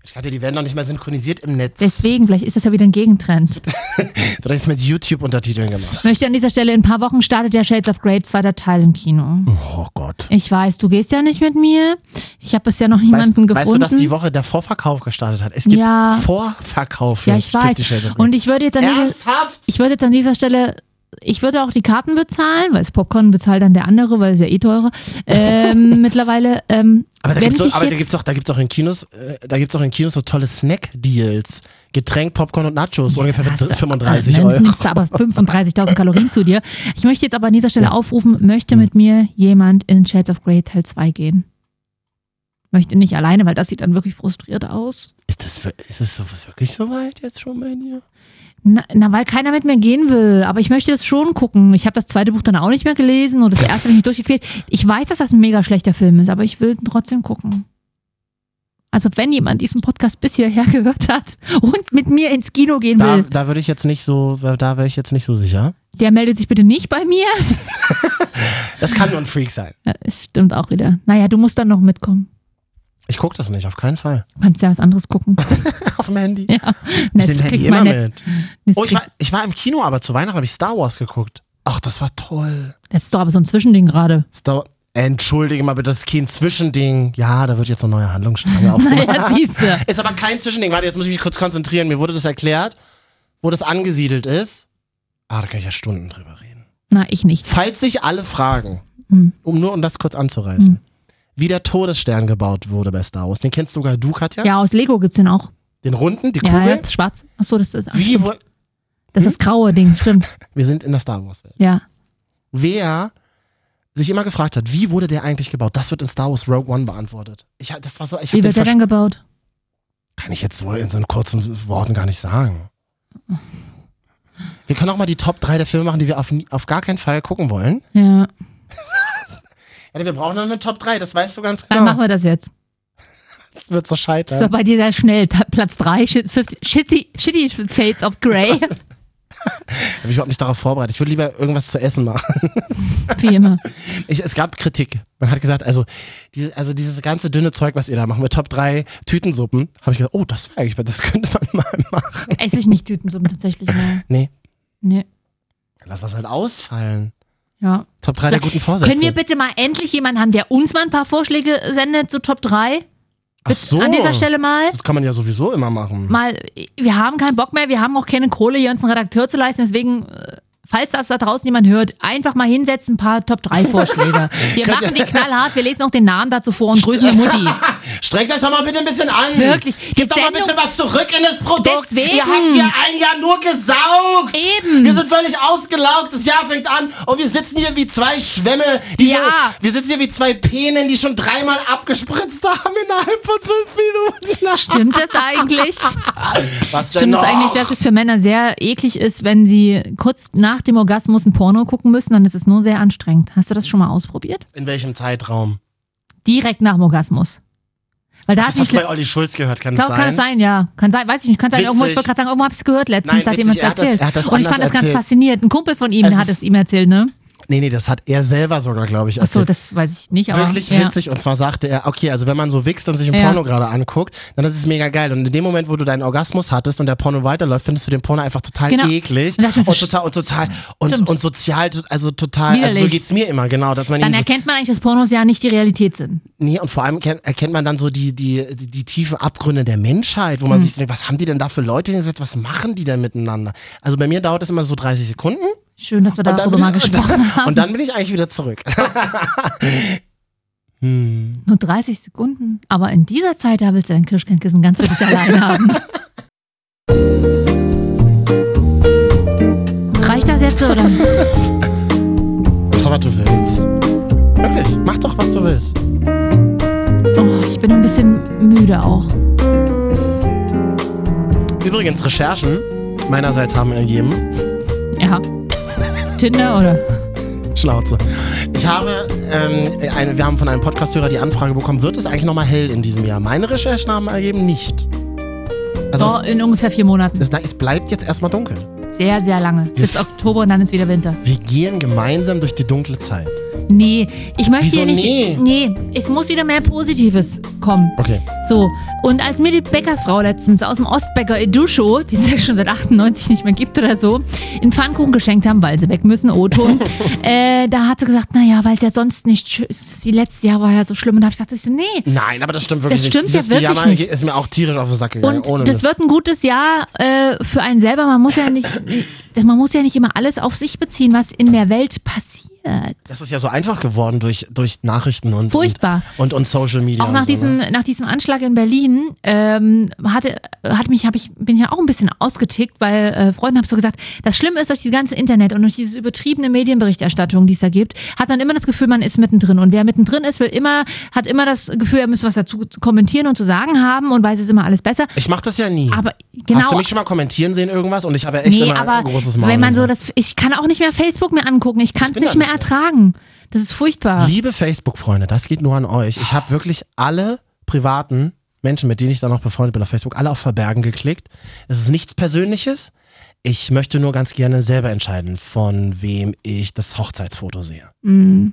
S2: ich hatte die werden noch nicht mehr synchronisiert im Netz.
S1: Deswegen, vielleicht ist das ja wieder ein Gegentrend.
S2: Wird jetzt mit YouTube-Untertiteln gemacht.
S1: Möchte an dieser Stelle, in ein paar Wochen startet ja Shades of Grey, zweiter Teil im Kino.
S2: Oh Gott.
S1: Ich weiß, du gehst ja nicht mit mir. Ich habe bisher noch
S2: Weißt,
S1: niemanden
S2: weißt du,
S1: gefunden.
S2: dass die Woche der Vorverkauf gestartet hat? Es gibt
S1: Ja.
S2: Vorverkauf für
S1: ja, ich
S2: 50 Shades
S1: weiß.
S2: of Grey.
S1: Und ich würde jetzt an dieser,
S2: Ernsthaft?
S1: ich würde jetzt an dieser Stelle, ich würde auch die Karten bezahlen, weil das Popcorn bezahlt dann der andere, weil es ja eh teurer. Ähm, [LAUGHS] mittlerweile. Ähm,
S2: Aber da
S1: wenn
S2: gibt's, doch,
S1: sich
S2: aber da
S1: jetzt-
S2: gibt's doch, da gibt's doch in Kinos, äh, da gibt's doch in Kinos so tolle Snack-Deals. Getränk, Popcorn und Nachos, ungefähr für
S1: Hast du-
S2: 35
S1: dann
S2: Euro.
S1: nimmst du aber 35.000 Kalorien zu dir. Ich möchte jetzt aber an dieser Stelle aufrufen, möchte mit mir jemand in Shades of Grey Teil 2 gehen? Möchte nicht alleine, weil das sieht dann wirklich frustriert aus.
S2: Ist das, wir- ist das so, wirklich so weit jetzt schon bei dir?
S1: Na, na, weil keiner mit mir gehen will. Aber ich möchte es schon gucken. Ich habe das zweite Buch dann auch nicht mehr gelesen und das erste habe ich nicht durchgequält. Ich weiß, dass das ein mega schlechter Film ist, aber ich will ihn trotzdem gucken. Also wenn jemand diesen Podcast bis hierher gehört hat und mit mir ins Kino gehen
S2: Da,
S1: will,
S2: da würde ich jetzt nicht so, da wäre ich jetzt nicht so sicher.
S1: der meldet sich bitte nicht bei mir.
S2: Das kann nur ein Freak sein.
S1: Ja, es stimmt auch wieder. Naja, du musst dann noch mitkommen.
S2: Ich gucke das nicht, auf keinen Fall. [LAUGHS]
S1: Du kannst ja was anderes gucken.
S2: Auf dem Handy.
S1: ja.
S2: Ich nehme Handy immer
S1: Net-
S2: mit.
S1: Netflix.
S2: Oh, ich war, ich war im Kino, aber zu Weihnachten habe ich Star Wars geguckt. Ach, das war toll.
S1: Das ist doch aber so ein Zwischending gerade.
S2: [LAUGHS]
S1: [LAUGHS]
S2: Star Entschuldige mal bitte, das ist kein Zwischending. Ja, da wird jetzt eine neue
S1: [LAUGHS]
S2: Handlungsstrang aufgemacht.
S1: Naja, siehst du.
S2: Ist aber kein Zwischending. Warte, jetzt muss ich mich kurz konzentrieren. Mir wurde das erklärt, wo das angesiedelt ist. Ah, da kann ich ja Stunden drüber reden.
S1: Na, ich nicht.
S2: Falls sich alle fragen,
S1: Hm.
S2: um nur um das kurz anzureißen, wie der Todesstern gebaut wurde bei Star Wars. Den kennst sogar du, Katja?
S1: Ja, aus Lego gibt's den auch.
S2: Den runden, die
S1: Ja, ja,
S2: Kugel.
S1: das ist schwarz. Achso, das ist,
S2: Wie Hm? wo,
S1: das ist das graue Ding, stimmt.
S2: wir sind in der Star Wars Welt.
S1: Ja.
S2: Wer sich immer gefragt hat, wie wurde der eigentlich gebaut? Das wird in Star Wars Rogue One beantwortet. Ich, ha- das war so, ich hab
S1: Wie
S2: den
S1: wird der
S2: versch-
S1: denn gebaut?
S2: Kann ich jetzt so in so kurzen Worten gar nicht sagen. Wir können auch mal die Top 3 der Filme machen, die wir auf, nie- auf gar keinen Fall gucken wollen.
S1: Ja,
S2: Warte, wir brauchen noch eine Top 3, das weißt du ganz
S1: dann machen
S2: genau.
S1: wir das jetzt.
S2: Das wird so
S1: Das war
S2: scheitern.
S1: bei dir sehr schnell. Ta- Platz 3, shitty, shitty Fates of
S2: [LAUGHS]
S1: Grey.
S2: Ich bin überhaupt nicht darauf vorbereitet. Ich würde lieber irgendwas zu essen machen. [LAUGHS]
S1: Wie immer.
S2: Ich, es gab Kritik. Man hat gesagt, also, diese, also dieses ganze dünne Zeug, was ihr da macht mit Top 3 Tütensuppen, habe ich gedacht, oh, das wäre eigentlich, das [LAUGHS] könnte man mal machen.
S1: Esse ich nicht Tütensuppen tatsächlich mehr.
S2: Nee,
S1: Nee.
S2: lass was halt ausfallen.
S1: Ja.
S2: Top 3 der guten Vorsätze.
S1: Können wir bitte mal endlich jemanden haben, der uns mal ein paar Vorschläge sendet zu Top 3?
S2: Ach so.
S1: An dieser Stelle mal.
S2: Das kann man ja sowieso immer machen.
S1: Mal, wir haben keinen Bock mehr, wir haben auch keine Kohle, hier uns einen Redakteur zu leisten. Deswegen, äh, falls das da draußen jemand hört, einfach mal hinsetzen, ein paar Top 3
S2: [LAUGHS]
S1: Vorschläge. Wir machen die knallhart, wir lesen auch den Namen dazu vor und grüßen die Mutti.
S2: Streckt euch doch mal bitte ein bisschen an.
S1: Wirklich. Die
S2: Gebt doch mal ein
S1: Sendung-
S2: bisschen was zurück in das Produkt.
S1: Deswegen.
S2: Ihr habt hier ein Jahr nur gesaugt.
S1: Eben.
S2: Wir sind völlig ausgelaugt. Das Jahr fängt an und wir sitzen hier wie zwei Schwämme. Die
S1: Ja.
S2: Schon, wir sitzen hier wie zwei Penen, die schon dreimal abgespritzt haben innerhalb von fünf Minuten.
S1: Stimmt das
S2: [LAUGHS]
S1: eigentlich?
S2: Genau. Was denn
S1: Stimmt
S2: noch?
S1: es eigentlich, dass es für Männer sehr eklig ist, wenn sie kurz nach dem Orgasmus ein Porno gucken müssen? Dann ist es nur sehr anstrengend. Hast du das schon mal ausprobiert?
S2: in welchem Zeitraum?
S1: Direkt nach dem Orgasmus. Weil da
S2: Das
S1: hat
S2: hast
S1: mich
S2: du bei Olli Schulz gehört, kann das
S1: Glaub,
S2: sein?
S1: kann es sein, ja. Kann sein, weiß ich nicht. Kann sein, irgendwo, ich
S2: Witzig.
S1: wollte gerade sagen, irgendwo habe ich es gehört letztens, da
S2: Nein,
S1: hat
S2: witzig,
S1: jemand
S2: er hat das-
S1: erzählt.
S2: er hat das
S1: Und ich
S2: anders
S1: fand das ganz
S2: erzählt.
S1: faszinierend. Ein Kumpel von ihm
S2: Es
S1: hat
S2: ist-
S1: es ihm erzählt, ne?
S2: Nee, nee, das hat er selber sogar, glaube ich,
S1: Achso,
S2: erzählt.
S1: das weiß ich nicht, aber.
S2: wirklich
S1: ja.
S2: witzig. Und zwar sagte er, okay, also wenn man so wächst und sich ein
S1: Ja.
S2: Porno gerade anguckt, dann ist es mega geil. Und in dem Moment, wo du deinen Orgasmus hattest und der Porno weiterläuft, findest du den Porno einfach total
S1: Genau.
S2: eklig
S1: Und das ist-
S2: und total und total und,
S1: Stimmt.
S2: und sozial, also total. Also so
S1: Widerlich.
S2: geht's mir immer, genau, dass man
S1: Dann
S2: irgendwie so,
S1: erkennt man eigentlich, dass Pornos ja nicht die Realität sind.
S2: nee, und vor allem ken- erkennt man dann so die die die, die tiefen Abgründe der Menschheit,
S1: Hm.
S2: wo man sich so denkt, was haben die denn da für Leute hingesetzt, was machen die denn miteinander? Also bei mir dauert es immer so 30 Sekunden.
S1: Schön, dass wir
S2: [LAUGHS] Und dann
S1: darüber
S2: bin
S1: mal
S2: ich- und dann-
S1: gesprochen haben.
S2: Und dann bin ich eigentlich wieder zurück.
S1: Nur 30 Sekunden. Aber in dieser Zeit, da willst du dein Kirschkernkissen ganz für dich allein haben. Reicht das jetzt oder?
S2: Mach was du willst. Wirklich, mach doch, was du willst.
S1: Oh, ich bin ein bisschen müde auch.
S2: Übrigens, Recherchen meinerseits haben ergeben,
S1: Ja. Tinder oder?
S2: Schnauze. Ich habe, ähm, eine, wir haben von einem Podcasthörer die Anfrage bekommen, wird es eigentlich nochmal hell in diesem Jahr? Meine Recherchen haben ergeben, nicht. Also
S1: So, in ungefähr vier Monaten.
S2: es, es, es bleibt jetzt erstmal dunkel.
S1: Sehr, sehr lange. Bis
S2: Wir-
S1: Oktober und dann ist wieder Winter.
S2: Wir gehen gemeinsam durch die dunkle Zeit.
S1: Nee, ich möchte
S2: Wieso
S1: hier nicht. Nee? es muss wieder mehr Positives kommen.
S2: Okay.
S1: So, und als mir die Bäckersfrau letztens aus dem Ostbäcker Edusho, die es ja schon seit 98 nicht mehr gibt oder so, einen Pfannkuchen geschenkt haben, weil sie weg müssen,
S2: [LAUGHS]
S1: O-Ton, äh, da hat sie gesagt, naja, weil es ja sonst nicht schön ist. Die letzte Jahr war ja so schlimm. Und da habe ich gesagt, ich so, nee,
S2: Nein, aber das stimmt wirklich
S1: Das
S2: nicht.
S1: stimmt ja
S2: Dieses
S1: wirklich
S2: Pyjama
S1: nicht.
S2: ist mir auch tierisch auf den Sack gegangen.
S1: Und
S2: ohne
S1: das
S2: Mist.
S1: wird ein gutes Jahr äh, für einen selber. Man muss ja nicht, äh, man muss ja nicht immer alles auf sich beziehen, was in der Welt passiert.
S2: das ist ja so einfach geworden durch, durch Nachrichten und,
S1: Furchtbar.
S2: und, und, und Social Media.
S1: Auch
S2: und
S1: nach
S2: so,
S1: diesem,
S2: ne?
S1: nach diesem Anschlag in Berlin ähm, hatte, hat mich, hab ich, bin ja auch ein bisschen ausgetickt, weil äh, Freunde haben so gesagt, das Schlimme ist durch dieses ganze Internet und durch diese übertriebene Medienberichterstattung, die es da gibt, hat man immer das Gefühl, man ist mittendrin. Und wer mittendrin ist, will immer, hat immer das Gefühl, er müsste was dazu kommentieren und zu sagen haben und weiß es immer alles besser.
S2: Ich mach das ja nie.
S1: Aber genau.
S2: Hast du mich schon mal kommentieren sehen irgendwas? Und ich habe echt
S1: nee,
S2: immer
S1: aber
S2: ein großes Maul.
S1: wenn man so
S2: und
S1: das, ich kann auch nicht mehr Facebook mir angucken, ich kann es
S2: bin
S1: nicht
S2: da
S1: mehr
S2: nicht
S1: ertragen. Das ist furchtbar.
S2: Liebe Facebook-Freunde, das geht nur an euch. Ich habe wirklich alle privaten Menschen, mit denen ich dann noch befreundet bin auf Facebook, alle auf Verbergen geklickt. Es ist nichts Persönliches. Ich möchte nur ganz gerne selber entscheiden, von wem ich das Hochzeitsfoto sehe.
S1: Mm.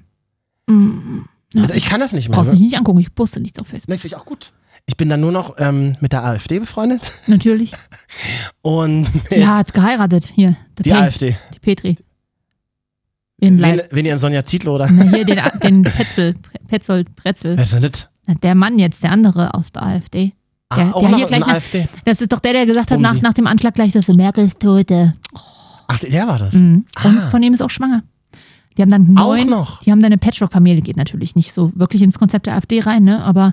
S1: Mm. Ja,
S2: Also ich kann das nicht mehr.
S1: brauchst mich nicht angucken, ich poste nichts auf Facebook.
S2: Nee, finde ich auch gut. Ich bin dann nur noch ähm, mit der AfD befreundet [LAUGHS]
S1: Natürlich.
S2: und
S1: Sie hat geheiratet hier. Der
S2: die
S1: Pe-
S2: AfD.
S1: Die Petri. In
S2: Wen,
S1: Leib.
S2: wen ihr in Sonja Zietlow oder?
S1: Na,
S2: [LAUGHS]
S1: hier den, den Petzel, Petzold, Pretzel.
S2: Wer ist denn das?
S1: Na, Der Mann jetzt, der andere aus der AfD.
S2: Ah,
S1: Der-
S2: auch
S1: der
S2: noch
S1: hier
S2: so eine
S1: gleich-
S2: AfD.
S1: Das ist doch der, der gesagt hat, nach,
S2: Bumsi.
S1: nach dem Anschlag gleich, dass Merkel ist tote.
S2: Ach, der war das.
S1: Mhm. Und
S2: Ah.
S1: von ihm ist auch schwanger. Die haben dann
S2: Auch
S1: neun,
S2: noch.
S1: Die haben da eine Patchwork-Familie, geht natürlich nicht so wirklich ins Konzept der AfD rein, ne? aber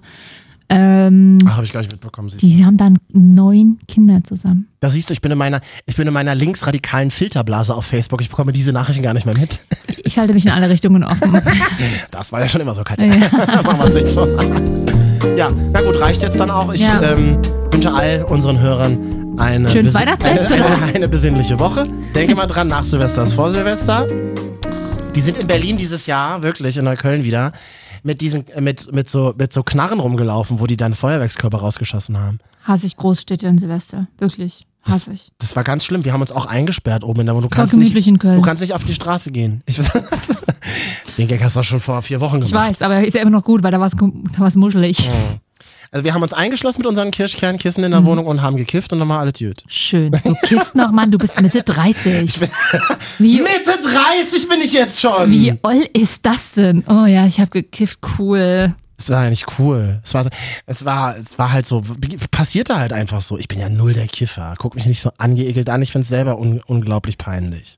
S1: ähm,
S2: Ach, habe ich gar nicht mitbekommen. Siehst du.
S1: die haben dann neun Kinder zusammen.
S2: Da siehst du, ich bin in meiner, ich bin in meiner linksradikalen Filterblase auf Facebook. Ich bekomme diese Nachrichten gar nicht mehr mit. [LAUGHS]
S1: Ich halte mich in alle Richtungen offen.
S2: Das war ja schon immer so, Katja. [LAUGHS] Machen wir uns nichts vor. Ja, na gut, reicht jetzt dann auch. Ich
S1: Ja.
S2: ähm, wünsche all unseren Hörern eine,
S1: Schönes
S2: besin-
S1: Weihnachtsfest,
S2: eine,
S1: oder?
S2: eine, eine besinnliche Woche. Denke mal dran, nach Silvester ist vor Silvester. Die sind in Berlin dieses Jahr, wirklich, in Neukölln wieder, mit, diesen, äh, mit, mit, so, mit so Knarren rumgelaufen, wo die dann Feuerwerkskörper rausgeschossen haben.
S1: [LAUGHS] Hasse ich Großstädte in Silvester. Wirklich. Hasse ich.
S2: Das war ganz schlimm. Wir haben uns auch eingesperrt oben in der Wohnung. Du
S1: War
S2: kannst nicht,
S1: gemütlich in Köln.
S2: Du kannst nicht auf die Straße gehen. Ich, [LAUGHS] den Gag hast du auch schon vor vier Wochen
S1: Ich
S2: gemacht.
S1: weiß, aber ist ja immer noch gut, weil da war es da war's muschelig.
S2: Also wir haben uns eingeschlossen mit unseren Kirschkernkissen
S1: Mhm.
S2: in der Wohnung und haben gekifft und dann war alle Tüt.
S1: Schön. Du kiffst noch, Mann, du bist Mitte 30. Wie,
S2: Mitte 30 bin ich jetzt schon.
S1: wie oll ist das denn? Oh ja, ich habe gekifft. Cool.
S2: Es war ja nicht cool. Es war, es war, es war halt so, passierte halt einfach so. Ich bin ja null der Kiffer. Guck mich nicht so angeekelt an. Ich find's selber un unglaublich peinlich.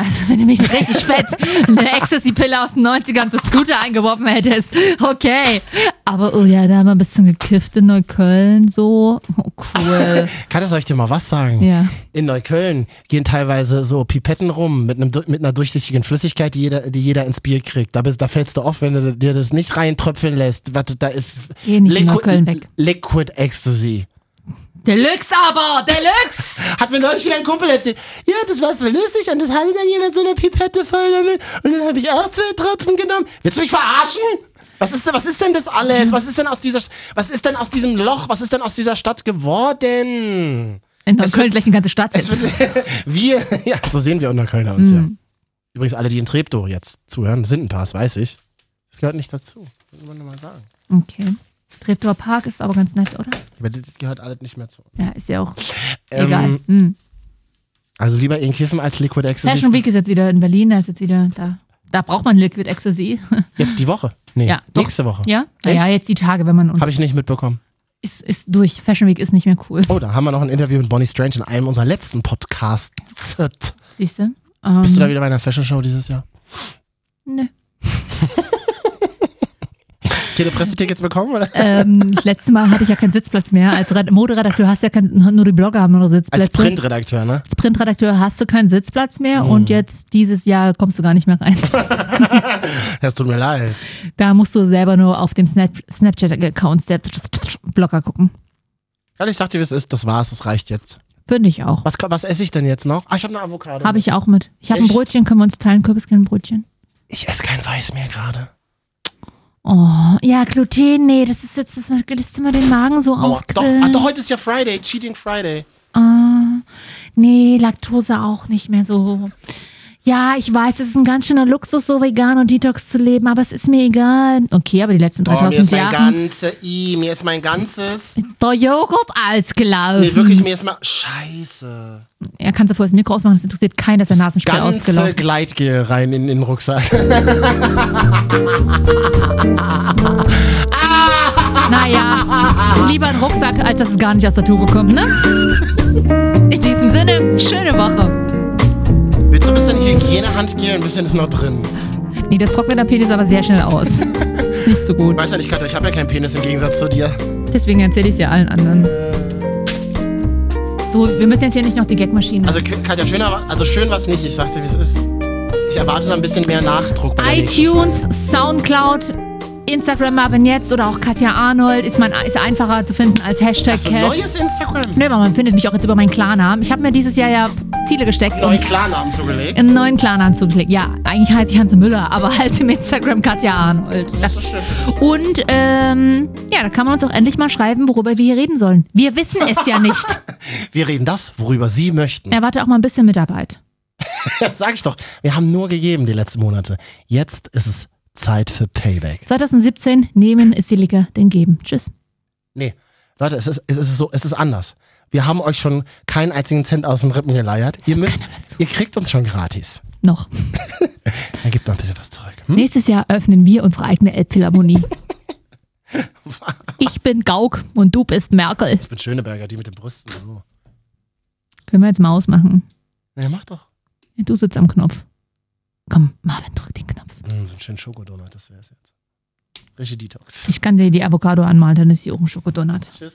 S1: Also wenn du mich richtig fett eine Ecstasy-Pille aus den 90ern zu Scooter eingeworfen hättest, okay. Aber oh ja, da haben wir ein bisschen gekifft in Neukölln, so. Oh, [LAUGHS] cool.
S2: Katja, soll ich dir mal was sagen?
S1: Ja.
S2: In Neukölln gehen teilweise so Pipetten rum mit, einem, mit einer durchsichtigen Flüssigkeit, die jeder, die jeder ins Bier kriegt. Da, bist, da fällst du auf, wenn du dir das nicht reintröpfeln lässt. Warte, da ist
S1: Geh nicht in Neukölln weg.
S2: Liquid Ecstasy.
S1: Deluxe aber, Deluxe!
S2: Hat mir neulich wieder ein Kumpel erzählt. Ja, das war voll lustig und das hatte dann jemand so eine Pipette voll damit. Und dann habe ich auch zwei Tropfen genommen. Willst du mich verarschen? Was ist, denn- was ist denn das
S1: Mhm.
S2: alles? Was ist denn aus dieser, was ist denn aus diesem Loch? Was ist denn aus dieser Stadt geworden?
S1: In Neukölln gleich eine ganze Stadt.
S2: Es wird, wir, [LAUGHS] ja, so sehen wir unter Kölner uns
S1: Hm.
S2: ja. Übrigens, alle, die in Treptow jetzt zuhören, sind ein paar, das weiß ich. Das gehört nicht dazu. Das will man nur mal sagen.
S1: Okay. Treptower Park ist aber ganz nett, oder?
S2: Aber das gehört alles nicht mehr zu.
S1: Ja, ist ja auch
S2: Ähm,
S1: egal. Hm.
S2: Also lieber in Kiffen als Liquid Ecstasy.
S1: Fashion Week ist jetzt wieder in Berlin, da ist jetzt wieder da. Da braucht man Liquid Ecstasy. [LAUGHS]
S2: Jetzt die Woche. Nee,
S1: Ja, doch.
S2: nächste Woche.
S1: ja? Naja,
S2: Echt?
S1: jetzt die Tage, wenn man uns.
S2: Habe ich nicht mitbekommen.
S1: Ist, ist durch. Fashion Week ist nicht mehr cool.
S2: Oh, da haben wir noch ein Interview mit Bonnie Strange in einem unserer letzten Podcasts.
S1: Siehst du?
S2: Bist
S1: Mhm.
S2: du da wieder bei einer Fashion Show dieses Jahr?
S1: Nö.
S2: Keine Pressetickets bekommen, oder?
S1: ähm, [LAUGHS] das letzte Mal hatte ich ja keinen Sitzplatz mehr. Als Red- Moderedakteur hast du ja keinen, nur die Blogger haben noch Sitzplätze.
S2: Als Hm. Printredakteur, ne?
S1: Als Printredakteur hast du keinen Sitzplatz mehr und jetzt dieses Jahr kommst du gar nicht mehr rein.
S2: Das tut mir leid.
S1: Da musst du selber nur auf dem Snap Snapchat-Account der Blogger gucken.
S2: Ja, ich sag dir, wie es ist. Das war's, das reicht jetzt.
S1: Finde ich auch.
S2: Was, was esse ich denn jetzt noch? Ah, ich habe eine Avocado.
S1: Habe ich auch mit. Ich habe ein
S2: Echt?
S1: Brötchen, können wir uns teilen, Kürbiskernbrötchen.
S2: Ich esse kein Weiß mehr gerade.
S1: Oh, ja, Gluten, nee, das ist jetzt, das lässt immer den Magen so
S2: Aua, doch,
S1: aufquillen.
S2: ah, doch, heute ist ja Friday, Cheating Friday.
S1: Ah, nee, Laktose auch nicht mehr so. Ja, ich weiß, es ist ein ganz schöner Luxus, so vegan und Detox zu leben, aber es ist mir egal. Okay, aber die letzten
S2: Oh, mir
S1: 3000
S2: ist mein
S1: Jahre.
S2: ganzes, i, mir ist mein ganzes.
S1: Der Joghurt ausgelaufen.
S2: Nee, wirklich, mir ist mal, scheiße.
S1: Er kann sofort das Mikro ausmachen, es interessiert keinen, dass der Nasenspray
S2: Ganze
S1: ausgelaufen
S2: Gleitgel rein in, in den Rucksack. [LAUGHS]
S1: Naja, lieber ein Rucksack, als dass es gar nicht aus der Tube kommt, ne? In diesem Sinne, schöne Woche.
S2: Willst du ein bisschen Hygienehand-Gel? Ein bisschen ist noch drin.
S1: Nee, das trocknet am Penis aber sehr schnell aus. Ist nicht so gut.
S2: Ich weiß ja nicht, Katja, ich habe ja keinen Penis im Gegensatz zu dir.
S1: Deswegen erzähle ich es ja allen anderen. So, wir müssen jetzt hier nicht noch die Gagmaschine.
S2: Also, K- Katja, schöner, also schön was nicht. Ich sagte, wie es ist. Ich erwarte da ein bisschen mehr Nachdruck. bei der nächsten
S1: iTunes, Soundcloud, Instagram haben jetzt oder auch Katja Arnold ist, mein, ist einfacher zu finden als Hashtag
S2: Folge.
S1: Cat.
S2: Also, neues Instagram.
S1: Nö, aber man findet mich auch jetzt über meinen Klarnamen. Ich habe mir dieses Jahr ja Ziele gesteckt
S2: Neuen
S1: und
S2: Klarnamen zugelegt.
S1: einen neuen Klarnamen zugeklickt. Ja, eigentlich heiße ich Hanse Müller, aber [LAUGHS] halt im Instagram Katja Arnold.
S2: Das ist so schön.
S1: Und ähm, ja, da kann man uns auch endlich mal schreiben, worüber wir hier reden sollen. Wir wissen es ja [LAUGHS] nicht.
S2: Wir reden das, worüber Sie möchten.
S1: Erwarte auch mal ein bisschen Mitarbeit.
S2: [LAUGHS] Sag ich doch. Wir haben nur gegeben die letzten Monate. Jetzt ist es Zeit für Payback.
S1: 2017, nehmen ist billiger denn geben. Tschüss.
S2: Nee, Leute, es ist, es ist so, es ist anders. Wir haben euch schon keinen einzigen Cent aus den Rippen geleiert. Ihr müsst, ihr kriegt uns schon gratis.
S1: Noch.
S2: Dann gibt mal ein bisschen was zurück. Hm?
S1: Nächstes Jahr öffnen wir unsere eigene [LAUGHS] Elbphilharmonie. Ich bin Gauck und du bist Merkel.
S2: Ich bin Schöneberger, die mit den Brüsten so.
S1: Können wir jetzt mal ausmachen?
S2: Ja, mach doch.
S1: Ja, Du sitzt am Knopf. Komm, Marvin, drück den Knopf.
S2: Hm, so einen schönen Schokodonut, das wär's jetzt. Richtig Detox.
S1: Ich kann dir die Avocado anmalen, dann ist die auch ein Schokodonut.
S2: Tschüss.